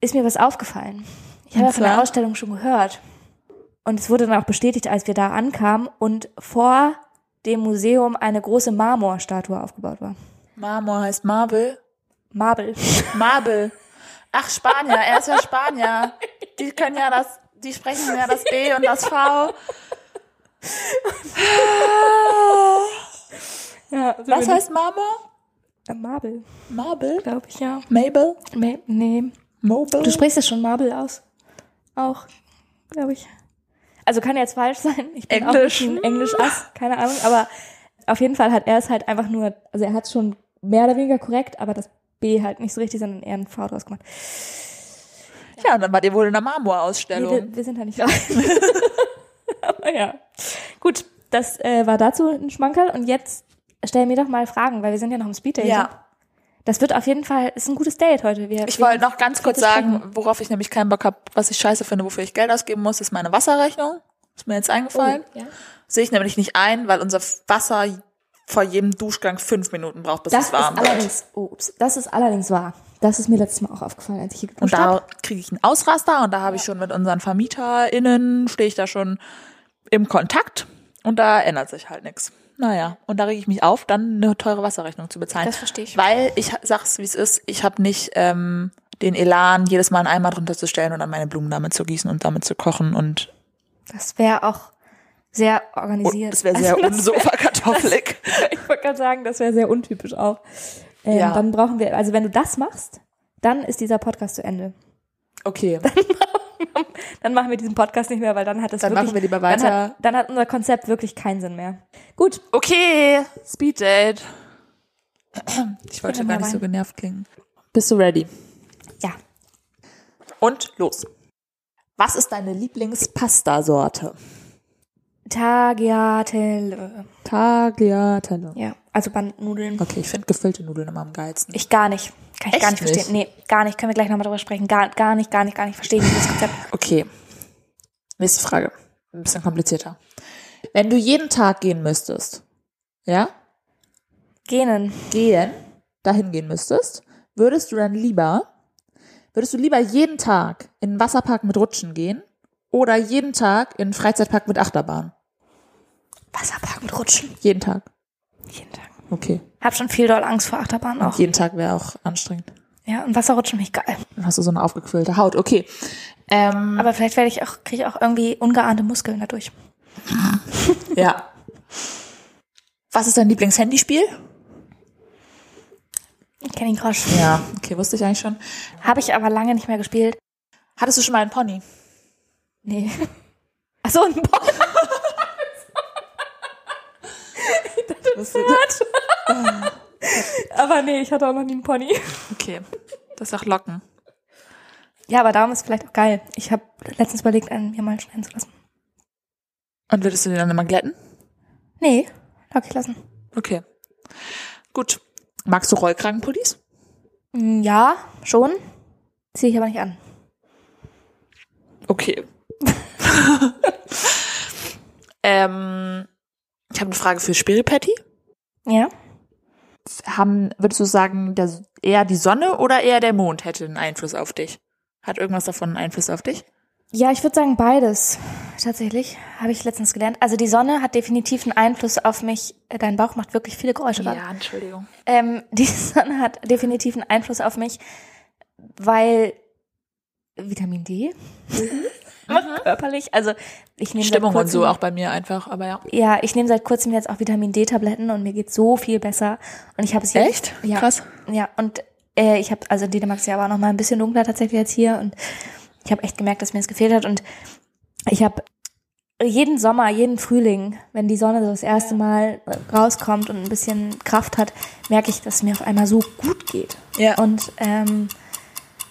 ist mir was aufgefallen. Ich habe Und ja von der zwar? Ausstellung schon gehört. Und es wurde dann auch bestätigt, als wir da ankamen und vor dem Museum eine große Marmorstatue aufgebaut war. Marmor heißt Marble. Marble. Marble. Ach, Spanier. Er ist ja Spanier. Die können ja das, die sprechen ja das B und das V. Ja, Was heißt Marmor? Marble, Marble? glaube ich, ja. Mabel? Ma- Nee. Mobile? Du sprichst es schon Marble aus. Auch, glaube ich. Also kann jetzt falsch sein. Ich bin Englisch. auch ein englisch ass keine Ahnung. Aber auf jeden Fall hat er es halt einfach nur, also er hat es schon mehr oder weniger korrekt, aber das B halt nicht so richtig, sondern eher ein V draus gemacht. ja, und dann war ihr wohl in der Nee, Marmorausstellung. wir, wir sind da nicht rein. aber ja. Gut, das äh, war dazu ein Schmankerl. Und jetzt stell mir doch mal Fragen, weil wir sind ja noch im Speed Ja. Das wird auf jeden Fall, ist ein gutes Date heute. Wir, Ich wir- wollte noch ganz kurz wir sagen, worauf ich nämlich keinen Bock habe, was ich scheiße finde, wofür ich Geld ausgeben muss, ist meine Wasserrechnung. Ist mir jetzt eingefallen. ja. Sehe ich nämlich nicht ein, weil unser Wasser vor jedem Duschgang fünf Minuten braucht, bis Das es ist warm wird. allerdings, oh, ups, das ist allerdings wahr. Das ist mir letztes Mal auch aufgefallen, als ich hier geduscht Und habe. da kriege ich einen Ausraster und da habe ich schon mit unseren VermieterInnen, stehe ich da schon im Kontakt und da ändert sich halt nichts. Naja, und da rege ich mich auf, dann eine teure Wasserrechnung zu bezahlen. Das verstehe ich. Weil ich ha- sag's, wie es ist, ich habe nicht ähm, den Elan, jedes Mal einen Eimer drunter zu stellen und dann meine Blumen damit zu gießen und damit zu kochen und, Das wäre auch sehr und organisiert. das wäre sehr Also, unsofakartoffelig. ich wollte gerade sagen, das wäre sehr untypisch auch. Ähm, Ja. Dann brauchen wir, also wenn du das machst, dann ist dieser Podcast zu Ende. Okay, Dann machen wir diesen Podcast nicht mehr, weil dann hat das Dann wirklich, machen wir lieber Dann weiter. hat, dann hat unser Konzept wirklich keinen Sinn mehr. Gut, okay, Speed Date. Ich wollte Können wir gar nicht rein. so genervt klingen. Bist du ready? ja. Und los. Was ist deine Lieblingspastasorte? Tagliatelle. Tagliatelle. Ja, also Bandnudeln. Okay, ich finde gefüllte Nudeln immer am geilsten. Ich gar nicht. Kann ich gar Echt nicht verstehen. Nee, gar nicht. Können wir gleich nochmal drüber sprechen. Gar, gar nicht, gar nicht, gar nicht. Verstehe ich dieses Konzept. Okay. Nächste Frage. Ein bisschen komplizierter. Wenn du jeden Tag gehen müsstest, ja, Genen. gehen, dahin gehen müsstest, würdest du dann lieber, würdest du lieber jeden Tag in einen Wasserpark mit Rutschen gehen oder jeden Tag in einen Freizeitpark mit Achterbahn? Wasserpark mit Rutschen. Jeden Tag. Jeden Tag. Okay. Hab schon viel doll Angst vor Achterbahn auch. Jeden Tag wäre auch anstrengend. Ja, und Wasserrutschen mich geil. Dann hast du so eine aufgequillte Haut. Okay. Ähm, Aber vielleicht werde ich auch, kriege ich auch irgendwie ungeahnte Muskeln dadurch. Ja. Was ist dein Lieblingshandyspiel? Candy Crush. Ja, okay, wusste ich eigentlich schon. Habe ich aber lange nicht mehr gespielt. Hattest du schon mal einen Pony? Nee. Ach so, ein Bock. Aber nee, ich hatte auch noch nie einen Pony. Okay, das ist auch Locken. Ja, aber darum ist vielleicht auch geil. Ich habe letztens überlegt, einen mir mal schneiden zu lassen. Und würdest du den dann immer glätten? Nee, lockig lassen. Okay. Gut. Magst du Rollkragenpullis? Hm, Ja, schon. Ziehe ich aber nicht an. Okay. ähm, ich habe eine Frage für Spiripatty. Ja? Haben, würdest du sagen, der, eher die Sonne oder eher der Mond hätte einen Einfluss auf dich? Hat irgendwas davon einen Einfluss auf dich? Ja, ich würde sagen beides. Tatsächlich habe ich letztens gelernt. Also die Sonne hat definitiv einen Einfluss auf mich. Dein Bauch macht wirklich viele Geräusche gerade. Entschuldigung. Ähm, die Sonne hat definitiv einen Einfluss auf mich, weil Vitamin D. Man körperlich. Also ich nehme Mhm. Stimmung seit und kurzem, so auch bei mir einfach, aber ja. Ja, ich nehme seit kurzem jetzt auch Vitamin D-Tabletten und mir geht so viel besser. Und ich habe es Echt? Ja. Krass. Ja, und äh, ich habe, also in Dänemark ist ja aber auch noch mal ein bisschen dunkler tatsächlich als hier. Und ich habe echt gemerkt, dass mir das gefehlt hat. Und Ich habe jeden Sommer, jeden Frühling, wenn die Sonne so das erste Mal rauskommt und ein bisschen Kraft hat, merke ich, dass es mir auf einmal so gut geht. Ja. Und ähm,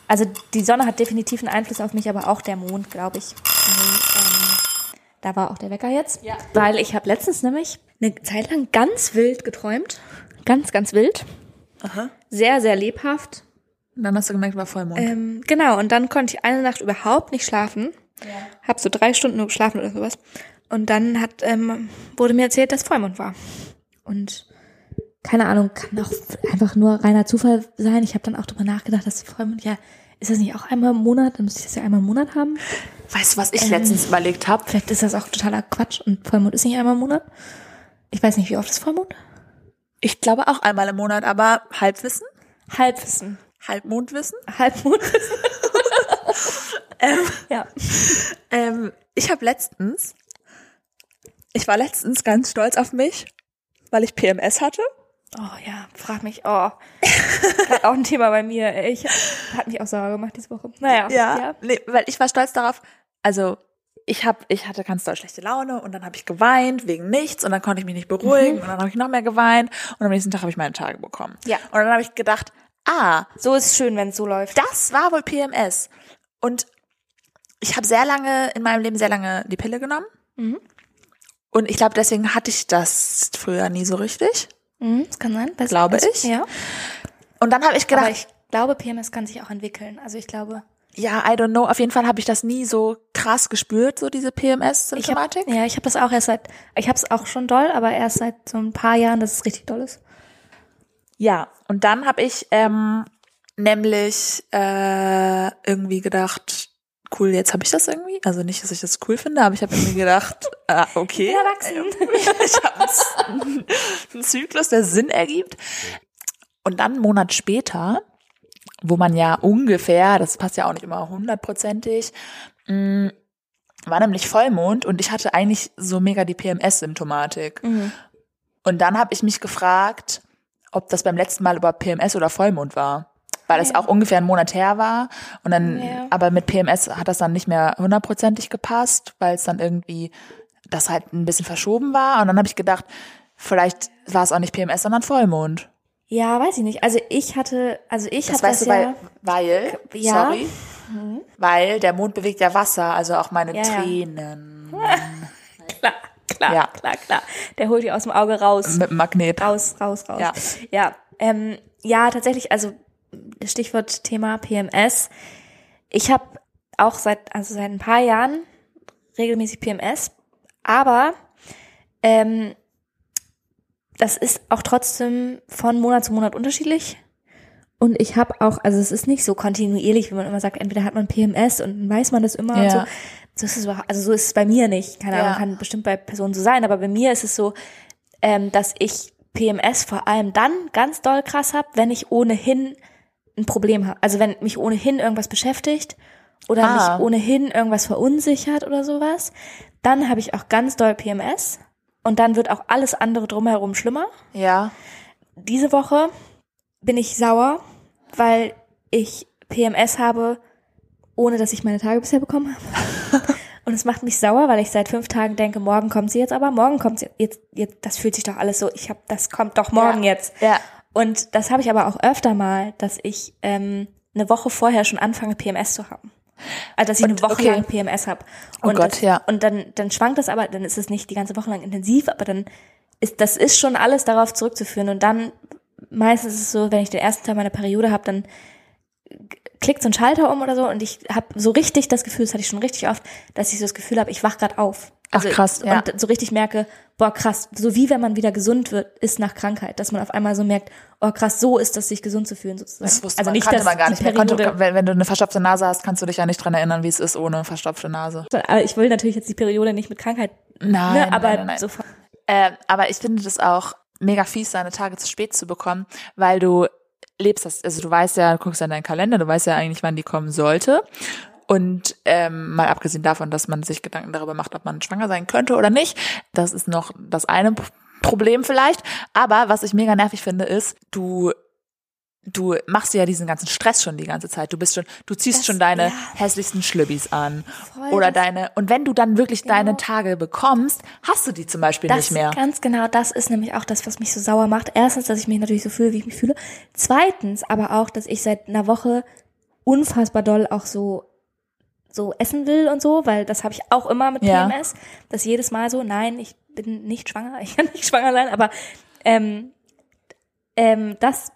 also die Sonne hat definitiv einen Einfluss auf mich, aber auch der Mond, glaube ich. Weil, ähm, da war auch der Wecker jetzt. Ja. weil ich habe letztens nämlich eine Zeit lang ganz wild geträumt. Ganz, ganz wild. Sehr, sehr lebhaft. Und dann hast du gemerkt, war Vollmond. Ähm, genau, und dann konnte ich eine Nacht überhaupt nicht schlafen. Hab so drei Stunden nur geschlafen oder sowas. Und dann hat, ähm, wurde mir erzählt, dass Vollmond war. Und Keine Ahnung, kann auch einfach nur reiner Zufall sein. Ich habe dann auch drüber nachgedacht, dass Vollmond, ja, ist das nicht auch einmal im Monat? Dann müsste ich das ja einmal im Monat haben. weißt du, was ich letztens überlegt habe? Vielleicht ist das auch totaler Quatsch und Vollmond ist nicht einmal im Monat. Ich weiß nicht, wie oft ist Vollmond? Ich glaube auch einmal im Monat, aber Halbwissen, Halbwissen. Halbmondwissen. Halbmond. Ja. Ähm, ich habe letztens, ich war letztens ganz stolz auf mich, weil ich PMS hatte. Oh ja, frag mich. Oh. Hat auch ein Thema bei mir. ey. Ich hat mich auch sauer gemacht diese Woche. Naja. Ja, Nee, weil ich war stolz darauf. Also ich hab, ich hatte ganz doll schlechte Laune und dann habe ich geweint wegen nichts und dann konnte ich mich nicht beruhigen und dann habe ich noch mehr geweint und am nächsten Tag habe ich meine Tage bekommen. Ja. Und dann habe ich gedacht, ah, So ist es schön, wenn es so läuft. das war wohl PMS. Und ich habe sehr lange, in meinem Leben sehr lange die Pille genommen. Mhm. Und ich glaube, deswegen hatte ich das früher nie so richtig. Mhm, das kann sein. Weiß- Glaube weiß- ich. Ja. Und dann habe ich gedacht, Aber ich glaube, PMS kann sich auch entwickeln. Also ich glaube. ja, I don't know, auf jeden Fall habe ich das nie so krass gespürt, so diese Ich hab, PMS-Symptomatik. ja, ich habe das auch erst seit, ich habe es auch schon doll, aber erst seit so ein paar Jahren, dass es richtig doll ist. Ja, und dann habe ich ähm, nämlich äh, irgendwie gedacht, cool, jetzt habe ich das irgendwie. Also nicht, dass ich das cool finde, aber ich habe irgendwie gedacht, ah, okay. Erwachsen. Ich habe einen Zyklus, der Sinn ergibt. Und dann einen Monat später, wo man ja ungefähr, das passt ja auch nicht immer hundertprozentig, mm, war nämlich Vollmond und ich hatte eigentlich so mega die PMS-Symptomatik. Mhm. Und dann habe ich mich gefragt, ob das beim letzten Mal über PMS oder Vollmond war. Weil es auch ungefähr einen Monat her war. Und dann, Ja. aber mit PMS hat das dann nicht mehr hundertprozentig gepasst, weil es dann irgendwie das halt ein bisschen verschoben war. Und dann habe ich gedacht, vielleicht war es auch nicht PMS, sondern Vollmond. Ja, weiß ich nicht. Also ich hatte, also ich Das habe weißt das du, ja. weil, weil Ja. Mhm. sorry, weil der Mond bewegt ja Wasser, also auch meine Ja, ja. Tränen Klar, klar, Ja. klar, klar. Der holt die aus dem Auge raus. mit dem Magnet. Raus, raus, raus. Ja. ja, ähm, ja tatsächlich, also Stichwort Thema PMS. Ich habe auch seit, also seit ein paar Jahren regelmäßig PMS, aber ähm, das ist auch trotzdem von Monat zu Monat unterschiedlich. Und ich habe auch, also es ist nicht so kontinuierlich, wie man immer sagt, entweder hat man PMS und dann weiß man das immer und Ja. so. So ist es überhaupt, also so ist es bei mir nicht. Keine Ja. Ahnung, kann bestimmt bei Personen so sein, aber bei mir ist es so, ähm, dass ich PMS vor allem dann ganz doll krass habe, wenn ich ohnehin ein Problem habe. Also wenn mich ohnehin irgendwas beschäftigt oder Ah. mich ohnehin irgendwas verunsichert oder sowas, dann habe ich auch ganz doll PMS und dann wird auch alles andere drumherum schlimmer Ja. diese Woche bin ich sauer, weil ich PMS habe, ohne dass ich meine Tage bisher bekommen habe. Und es macht mich sauer, weil ich seit fünf Tagen denke, morgen kommt sie jetzt, aber morgen kommt sie jetzt, jetzt das fühlt sich doch alles so, ich habe, das kommt doch morgen jetzt. Ja. Und das habe ich aber auch öfter mal, dass ich ähm, eine Woche vorher schon anfange, PMS zu haben. Also dass ich eine Und- Woche okay. lang PMS habe. Oh Und Gott, das, ja. Und dann, dann schwankt das aber, dann ist es nicht die ganze Woche lang intensiv, aber dann ist, das ist schon alles darauf zurückzuführen. Und dann meistens ist es so, wenn ich den ersten Teil meiner Periode habe, dann klickt so ein Schalter um oder so und ich habe so richtig das Gefühl, das hatte ich schon richtig oft, dass ich so das Gefühl habe, ich wach gerade auf. Also Ach, krass, ja. Und so richtig merke, boah krass, so wie wenn man wieder gesund wird, ist nach Krankheit, dass man auf einmal so merkt, oh krass, so ist das, sich gesund zu fühlen sozusagen. Das wusste also man, nicht, kannte dass man gar die nicht mehr. Periode, Konnte, wenn, wenn du eine verstopfte Nase hast, kannst du dich ja nicht dran erinnern, wie es ist ohne verstopfte Nase. aber Äh, ich will natürlich jetzt die Periode nicht mit Krankheit, Nein, ne, aber nein, nein, nein. sofort. Ähm, aber ich finde das auch mega fies, seine Tage zu spät zu bekommen, weil du lebst das, also du weißt ja, du guckst an deinen Kalender, du weißt ja eigentlich, wann die kommen sollte. Und ähm, mal abgesehen davon, dass man sich Gedanken darüber macht, ob man schwanger sein könnte oder nicht, das ist noch das eine P- Problem vielleicht. Aber was ich mega nervig finde, ist, du du machst dir ja diesen ganzen Stress schon die ganze Zeit. Du bist schon, du ziehst Das- schon deine ja. hässlichsten Schlübbis an Voll oder das- deine. Und wenn du dann wirklich deine Tage bekommst, hast du die zum Beispiel das nicht mehr. Ganz genau, das ist nämlich auch das, was mich so sauer macht. Erstens, dass ich mich natürlich so fühle, wie ich mich fühle. Zweitens aber auch, dass ich seit einer Woche unfassbar doll auch so so essen will und so, weil das habe ich auch immer mit Ja. PMS, dass jedes Mal so, nein, ich bin nicht schwanger, ich kann nicht schwanger sein, aber ähm, ähm, das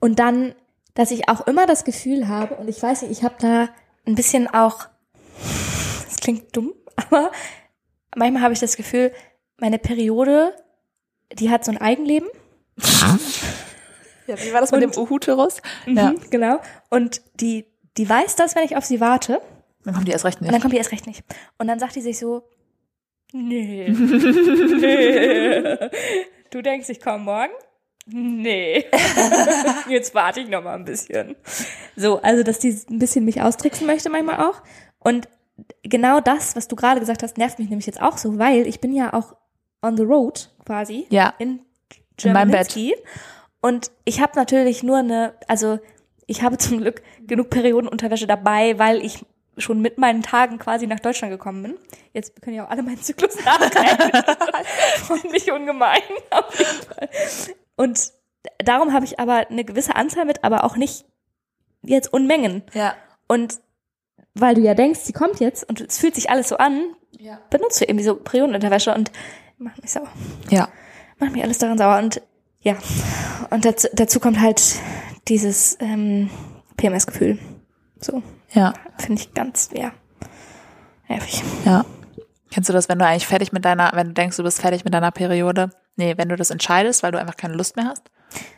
und dann, dass ich auch immer das Gefühl habe, und ich weiß nicht, ich habe da ein bisschen auch, das klingt dumm, aber manchmal habe ich das Gefühl, meine Periode, die hat so ein Eigenleben. Ja, wie war das mit Und- dem Uhuterus? Ja, Mhm, Genau. Und die, die weiß das, wenn ich auf sie warte. dann kommen die erst recht Und dann nicht. kommt die erst recht nicht. Und dann sagt die sich so, nee. Du denkst, ich komme morgen? Nee. Jetzt warte ich noch mal ein bisschen. So, also, dass die ein bisschen mich austricksen möchte manchmal auch. Und genau das, was du gerade gesagt hast, nervt mich nämlich jetzt auch so, weil ich bin ja auch on the road quasi Ja, in In meinem Germanitzki. Und ich habe natürlich nur eine, also ich habe zum Glück genug Periodenunterwäsche dabei, weil ich schon mit meinen Tagen quasi nach Deutschland gekommen bin. Jetzt können ja auch alle meinen Zyklus nachrechnen. Freut mich ungemein. Auf jeden Fall. Und darum habe ich aber eine gewisse Anzahl mit, aber auch nicht jetzt Unmengen. ja, Und weil du ja denkst, sie kommt jetzt und es fühlt sich alles so an, Ja. benutzt du eben diese Periodenunterwäsche und macht mich sauer ja. macht mich alles daran sauer. Und ja, und dazu, dazu kommt halt dieses ähm, PMS-Gefühl. So, ja. finde ich ganz, ja, nervig. Ja. Kennst du das, wenn du eigentlich fertig mit deiner, wenn du denkst, du bist fertig mit deiner Periode? Nee, wenn du das entscheidest, weil du einfach keine Lust mehr hast.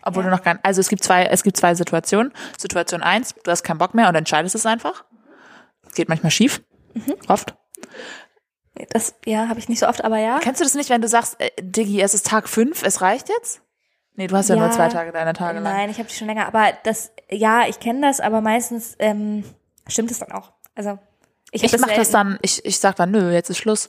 Obwohl du noch kein, also es gibt zwei, es gibt zwei Situationen. Situation eins, du hast keinen Bock mehr und entscheidest es einfach. Geht manchmal schief. Oft. Das, ja, habe ich nicht so oft, aber ja. Kennst du das nicht, wenn du sagst, äh, Diggi, es ist Tag fünf, es reicht jetzt? Nee, du hast ja, nur Ja. zwei Tage deiner Tage lang. Nein, ich habe die schon länger, aber das, ja, ich kenne das, aber meistens ähm, stimmt es dann auch. Also, ich, hab Ich mach das selten. dann, ich, ich sag dann, nö, jetzt ist Schluss.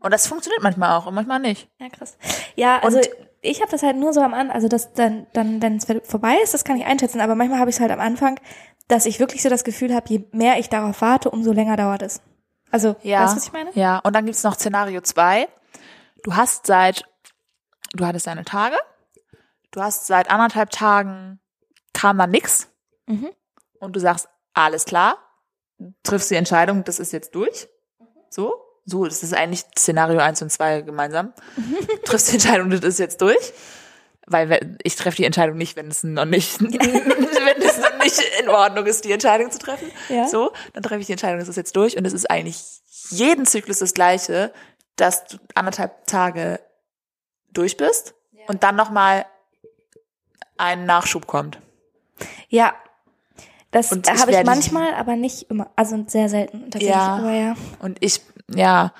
Und das funktioniert manchmal auch und manchmal nicht. Ja, krass. Ja, also Und- ich habe das halt nur so am Anfang, also dass dann, dann, wenn es vorbei ist, das kann ich einschätzen, aber manchmal habe ich es halt am Anfang, dass ich wirklich so das Gefühl habe, je mehr ich darauf warte, umso länger dauert es. Also, Ja. weißt du, was ich meine? Ja, und dann gibt's noch Szenario 2. Du hast seit, du hattest deine Tage, du hast seit anderthalb Tagen, kam da nix. Mhm. Und du sagst, alles klar, triffst die Entscheidung, das ist jetzt durch. So, so, das ist eigentlich Szenario 1 und 2 gemeinsam. triffst die Entscheidung, das ist jetzt durch. Weil we- ich treffe die Entscheidung nicht, wenn es noch nicht, wenn es noch nicht in Ordnung ist, die Entscheidung zu treffen. Ja. So, dann treffe ich die Entscheidung, das ist jetzt durch. Und es ist eigentlich jeden Zyklus das Gleiche, dass du anderthalb Tage durch bist und dann nochmal ein Nachschub kommt. Ja. Das Und ich habe ich werde- manchmal, aber nicht immer. Also sehr selten tatsächlich. Ja. Aber ja. Und ich, ja,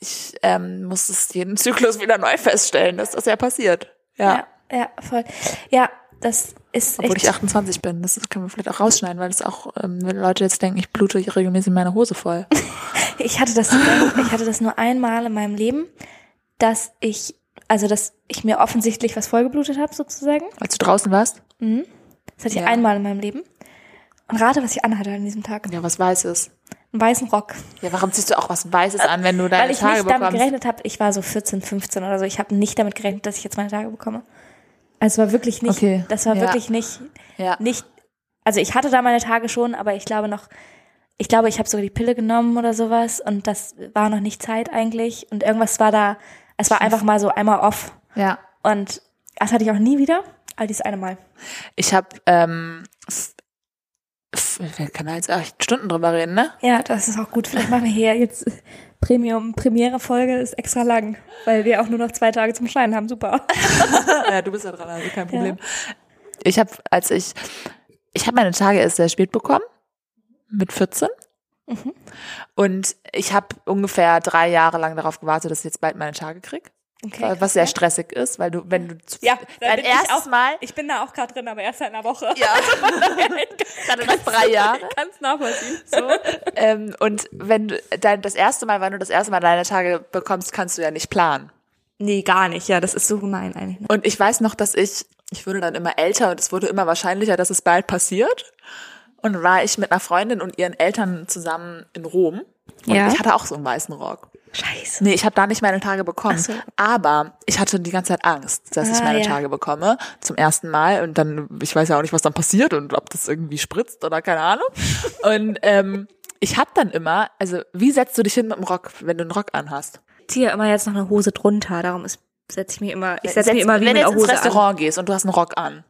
ich ähm, muss es jeden Zyklus wieder neu feststellen, dass das ja passiert. Ja. ja. ja, voll. Ja, das ist Obwohl echt. ich 28 bin, das können wir vielleicht auch rausschneiden, weil es auch, ähm, wenn Leute jetzt denken, ich blute regelmäßig meine Hose voll. Ich hatte das, ich hatte das nur einmal in meinem Leben, dass ich, also dass ich mir offensichtlich was vollgeblutet habe, sozusagen. Als du draußen warst? Das hatte ich Ja. einmal in meinem Leben. Und rate, was ich anhatte an diesem Tag. Ja, was Weißes. Einen weißen Rock. Ja, warum ziehst du auch was Weißes an, wenn du deine Weil ich Tage nicht damit bekommst? gerechnet habe, ich war so 14, 15 oder so, ich habe nicht damit gerechnet, dass ich jetzt meine Tage bekomme. Also es war wirklich nicht, Okay. das war Ja. wirklich nicht, Ja. nicht, also ich hatte da meine Tage schon, aber ich glaube noch, ich glaube, ich habe sogar die Pille genommen oder sowas und das war noch nicht Zeit eigentlich und irgendwas war da, es war einfach mal so einmal off Ja. und das hatte ich auch nie wieder, all dieses eine Mal. Ich habe, ähm, f- f- ich kann da jetzt acht Stunden drüber reden, ne? Ja, das ist auch gut. Vielleicht machen wir hier jetzt Premium. Premiere-Folge ist extra lang, weil wir auch nur noch zwei Tage zum Schneiden haben. Super. ja, du bist ja dran, also kein Problem. Ich habe, als ich, ich habe meine Tage erst sehr spät bekommen, mit 14. Mhm. Und ich habe ungefähr drei Jahre lang darauf gewartet, dass ich jetzt bald meine Tage krieg. Okay. was sehr stressig ist, weil du, wenn du zu, Ja, da dein bin ich erstes auch- Mal, Ich bin da auch gerade drin, aber erst seit einer Woche. ja, dann in drei Jahre, Kannst nachvollziehen. ähm, und wenn du dein, das erste Mal, wann du das erste Mal deine Tage bekommst, kannst du ja nicht planen. Nee, gar nicht. Ja, das ist so gemein eigentlich. Und ich weiß noch, dass ich, ich wurde dann immer älter und es wurde immer wahrscheinlicher, dass es bald passiert. Und dann war ich mit einer Freundin und ihren Eltern zusammen in Rom. Und Ja. ich hatte auch so einen weißen Rock. Scheiße. Nee, ich habe da nicht meine Tage bekommen. Aber ich hatte die ganze Zeit Angst, dass ich Ah, meine ja. Tage bekomme zum ersten Mal. Und dann, ich weiß ja auch nicht, was dann passiert und ob das irgendwie spritzt oder keine Ahnung. Und ähm, ich hab dann immer, also wie setzt du dich hin mit dem Rock, wenn du einen Rock anhast? ziehe immer jetzt noch eine Hose drunter, darum ist setze ich mir immer, ich setze Setz- mir immer wie wenn mit du jetzt einer ins Hose an. Restaurant gehst und du hast einen Rock an,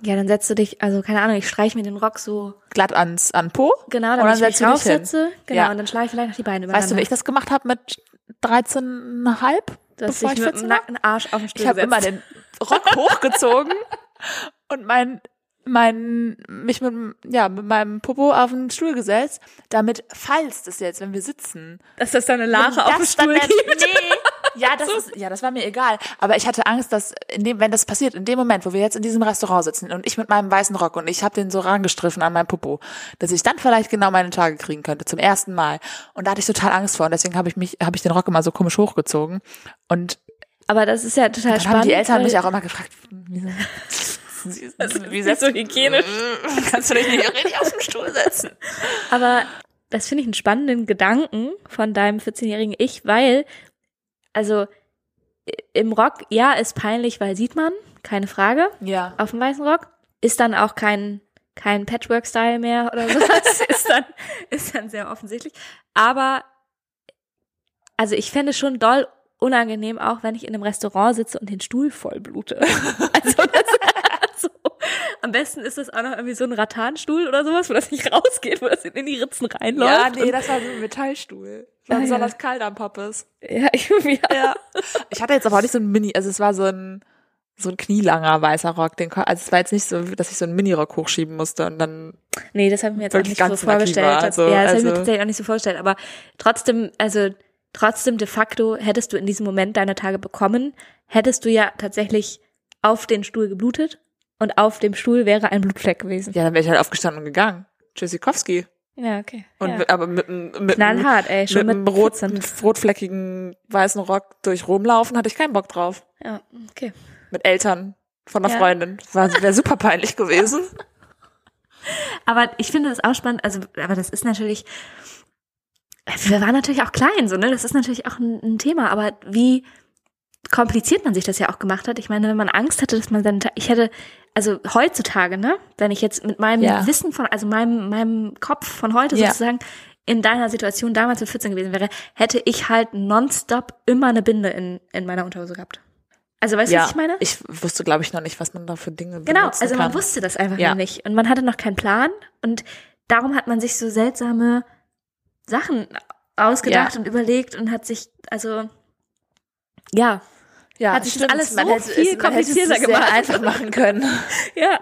Ja, dann setzt du dich, also keine Ahnung, ich streiche mir den Rock so glatt ans an den Po. genau, und damit dann ich mich setzt du dich hin. raufsetze, genau, Ja. und dann schlage ich vielleicht noch die Beine über. Weißt du, wie ich das gemacht habe mit 13,5? dass bevor ich mit ich dem 14 war? nackten Arsch auf den Stuhl Ich habe immer setze. den Rock hochgezogen und mein, mein, mich mit, dem- ja, mit meinem Popo auf den Stuhl gesetzt, damit, falls das jetzt, wenn wir sitzen, dass das dann eine wenn Lache auf dem das dann Stuhl der- gibt. Nee, ja, das ist, ja, das war mir egal. Aber ich hatte Angst, dass in dem, wenn das passiert, in dem Moment, wo wir jetzt in diesem Restaurant sitzen und ich mit meinem weißen Rock und ich habe den so rangestriffen an mein Popo, dass ich dann vielleicht genau meine Tage kriegen könnte zum ersten Mal. Und da hatte ich total Angst vor und deswegen habe ich mich, habe ich den Rock immer so komisch hochgezogen und Aber das ist ja total dann spannend. haben die Eltern weil- mich auch immer gefragt, wieso? Wie nicht so hygienisch. Kannst du dich nicht richtig auf den Stuhl setzen? Aber das finde ich einen spannenden Gedanken von deinem 14-jährigen Ich, weil, also i- im Rock, ja, ist peinlich, weil sieht man, keine Frage, Ja. auf dem weißen Rock. Ist dann auch kein, kein Patchwork-Style mehr oder sowas. ist, dann, ist dann sehr offensichtlich. Aber, also ich fände es schon doll unangenehm, auch wenn ich in einem Restaurant sitze und den Stuhl voll blute. Also, das, also am besten ist das auch noch irgendwie so ein Rattanstuhl oder sowas, wo das nicht rausgeht, wo das in die Ritzen reinläuft. Ja, nee, Und- das war so ein Metallstuhl. Das war Ah, ja. besonders kalt am Pappes. ja, irgendwie, ja. Ich hatte jetzt aber auch nicht so ein Mini, also es war so ein so ein knielanger weißer Rock, den, kon- also es war jetzt nicht so, dass ich so einen Mini-Rock hochschieben musste und dann, Nee, das habe ich mir jetzt auch nicht Wirklich so ganz nackt vorgestellt. war, dass- also- ja, das habe ich also- mir tatsächlich auch nicht so vorgestellt. Aber trotzdem, also trotzdem de facto hättest du in diesem Moment deiner Tage bekommen, hättest du ja tatsächlich auf den Stuhl geblutet und auf dem Stuhl wäre ein Blutfleck gewesen. ja, dann wäre ich halt aufgestanden und gegangen. Tschüssikowski. Ja, okay. Und ja. mit, aber mit, einem- mit, einem- Knallhart, ey, mit schon mit, einem roten, 14. rotfleckigen weißen Rock durch Rom laufen, hatte ich keinen Bock drauf. Ja, okay. Mit Eltern von einer Ja. Freundin. Wäre super peinlich gewesen. Aber ich finde das auch spannend, also, aber das ist natürlich, wir waren natürlich auch klein, so, ne? Das ist natürlich auch ein, ein Thema, aber wie kompliziert man sich das ja auch gemacht hat. Ich meine, wenn man Angst hatte, dass man dann, ich hätte, also heutzutage, ne? Wenn ich jetzt mit meinem Ja. Wissen von, also meinem, meinem Kopf von heute Ja. sozusagen in deiner Situation damals mit 14 gewesen wäre, hätte ich halt nonstop immer eine Binde in, in meiner Unterhose gehabt. Also, weißt du, was ich meine? ich wusste, glaube ich, noch nicht, was man da für Dinge Genau, benutzen also man kann. wusste das einfach Ja. noch nicht. Und man hatte noch keinen Plan. Und darum hat man sich so seltsame Sachen ausgedacht und überlegt und hat sich, also, ja. ja, hat sich das stimmt, alles man so hätte, viel man hätte es sich komplizierter sehr gemacht. einfach machen können. Ja,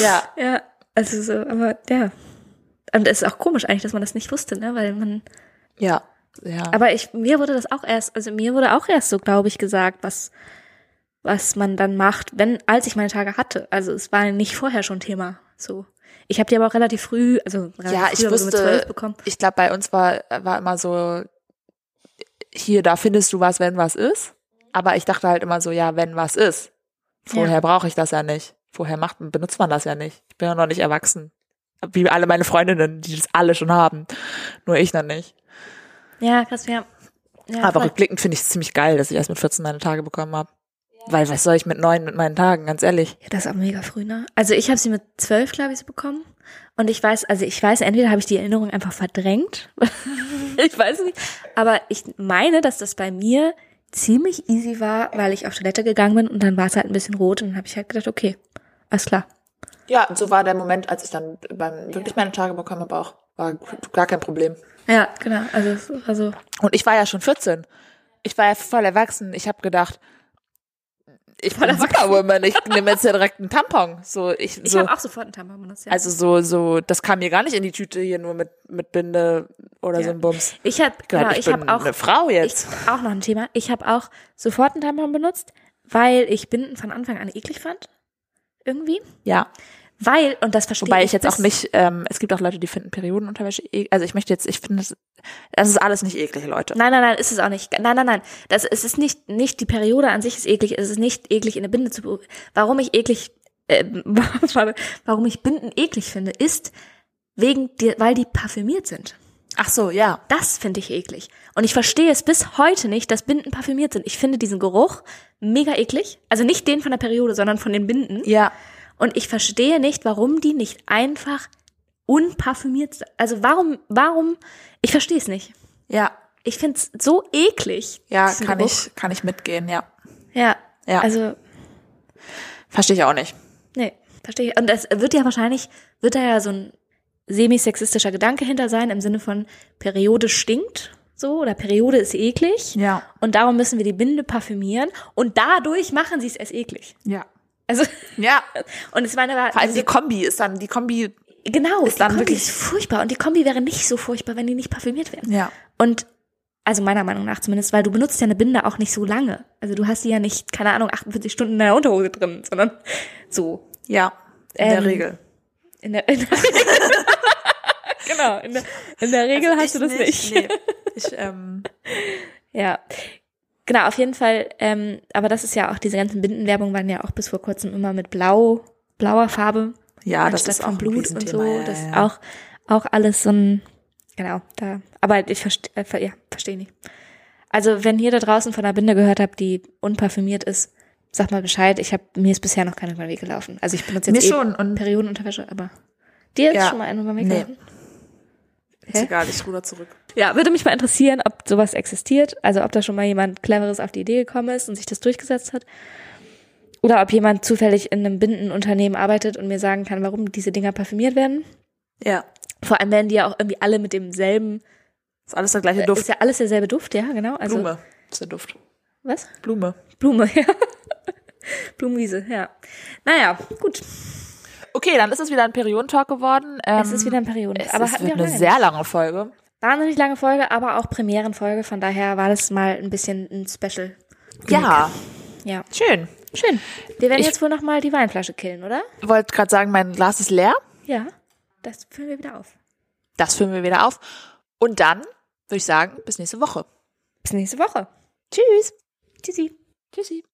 ja. ja. Also so, aber ja. Und es ist auch komisch eigentlich, dass man das nicht wusste, ne? Weil man. Ja. Ja. Aber ich, mir wurde das auch erst, also mir wurde auch erst so, glaube ich, gesagt, was, was man dann macht, wenn, als ich meine Tage hatte. Also es war nicht vorher schon Thema. So. Ich habe die aber auch relativ früh, also relativ Ja, ich früh, aber so mit wusste- 12 bekommen. ich glaube, bei uns war, war immer so, hier, da findest du was, wenn was ist. Aber ich dachte halt immer so, ja, wenn was ist. Vorher brauche ich das ja nicht. Vorher macht, benutzt man das ja nicht. Ich bin ja noch nicht erwachsen. Wie alle meine Freundinnen, die das alle schon haben. Nur ich noch nicht. Ja, krass, ja. ja Aber voll. rückblickend finde ich es ziemlich geil, dass ich erst mit 14 meine Tage bekommen habe. Weil was soll ich mit neun mit meinen Tagen, ganz ehrlich? Ja, das ist auch mega früh, ne? Also ich habe sie mit zwölf, glaube ich, so bekommen. Und ich weiß, also ich weiß, entweder habe ich die Erinnerung einfach verdrängt. ich weiß nicht. Aber ich meine, dass das bei mir ziemlich easy war, weil ich auf Toilette gegangen bin und dann war es halt ein bisschen rot und dann habe ich halt gedacht, okay, alles klar. Ja, so war der Moment, als ich dann wirklich meine Tage bekommen habe, auch. War gar kein Problem. Ja, genau. Also, es- also Und ich war ja schon 14. Ich war ja voll erwachsen. Ich habe gedacht, ich bin Superwoman, ich nehme jetzt ja direkt einen Tampon. So, ich, Ich so, habe auch sofort einen Tampon benutzt. Ja. also so, so, das kam mir gar nicht in die Tüte hier nur mit, mit Binde oder so ein Bums. ich habe genau, ich ich bin habe auch eine Frau jetzt. Ich, auch noch ein Thema. Ich habe auch sofort einen Tampon benutzt, weil ich Binden von Anfang an eklig fand. Irgendwie. ja. Weil, und das verstehe Wobei ich jetzt bis- auch nicht, ähm, es gibt auch Leute, die finden Periodenunterwäsche, e- also ich möchte jetzt, ich finde, das, das ist alles nicht eklig, Leute. Nein, nein, nein, ist es auch nicht. Nein, nein, nein. Das, es ist nicht, nicht die Periode an sich ist eklig. Es ist nicht eklig, in eine Binde zu. be- Warum ich eklig, äh, schade, warum ich Binden eklig finde, ist wegen, dir, weil die parfümiert sind. Ach so, ja. Das finde ich eklig. Und ich verstehe es bis heute nicht, dass Binden parfümiert sind. Ich finde diesen Geruch mega eklig. Also nicht den von der Periode, sondern von den Binden. Ja. Und ich verstehe nicht, warum die nicht einfach unparfümiert sind. Also warum, warum, ich verstehe es nicht. Ja. Ich finde es so eklig. Ja, diesen kann Geruch. ich, kann ich mitgehen, ja. Ja. Ja. Also, Verstehe ich auch nicht. nee, verstehe ich. Und es wird ja wahrscheinlich, wird da ja so ein semi-sexistischer Gedanke hinter sein, im Sinne von Periode stinkt so oder Periode ist eklig. Ja. Und darum müssen wir die Binde parfümieren und dadurch machen sie es erst eklig. Ja. Also, Ja. Also und es meine, aber Vor allem die diese- Kombi ist dann, die Kombi, genau, ist die dann Kombi wirklich- ist furchtbar und die Kombi wäre nicht so furchtbar, wenn die nicht parfümiert wäre. ja. Und also meiner Meinung nach zumindest, weil du benutzt ja eine Binde auch nicht so lange. Also du hast die ja nicht, keine Ahnung, 48 Stunden in deiner Unterhose drin, sondern so. Ja. In der Ähm, Regel. In der, in der genau, in der, in der Regel Also hast du das nicht. Nee. Ich, ähm, Ja. Genau, auf jeden Fall, ähm, aber das ist ja auch, diese ganzen Bindenwerbung waren ja auch bis vor kurzem immer mit blau, blauer Farbe. ja, das anstatt ist auch von ein Blut und so. Riesenthema, ja, das ja, ist ja. auch, auch alles so ein, genau, da. Aber ich verstehe, äh, ver- ja, verstehe nicht. Also, wenn ihr da draußen von einer Binde gehört habt, die unparfümiert ist, sag mal Bescheid. Ich habe mir ist bisher noch keine über den Weg gelaufen. Also, ich benutze jetzt Mir eh schon und- Periodenunterwäsche, aber dir ist Ja. schon mal eine über den Weg Nee. gelaufen? Ist egal, ich ruder zurück. Ja, würde mich mal interessieren, ob sowas existiert. Also ob da schon mal jemand Cleveres auf die Idee gekommen ist und sich das durchgesetzt hat. Oder ob jemand zufällig in einem Bindenunternehmen arbeitet und mir sagen kann, warum diese Dinger parfümiert werden. Ja. Vor allem werden die ja auch irgendwie alle mit demselben, Ist alles der gleiche Äh, ist Duft. ja alles derselbe Duft, ja, genau. Also, Blume. Ist der Duft. Was? Blume. Blume, ja. Blumenwiese, ja. Naja, gut. Okay, dann ist es wieder ein Periodentalk geworden. Ähm, es ist wieder ein Period. es Aber ist hatten wir auch eine lange sehr lange Folge. Wahnsinnig lange Folge, aber auch Premierenfolge. Von daher war das mal ein bisschen ein Special. Ja, Ja. schön. Schön. Wir werden Ich- jetzt wohl nochmal die Weinflasche killen, oder? Wollte gerade sagen, mein Glas ist leer. Ja. Das füllen wir wieder auf. Das füllen wir wieder auf. Und dann würde ich sagen, bis nächste Woche. Bis nächste Woche. Tschüss. Tschüssi. Tschüssi.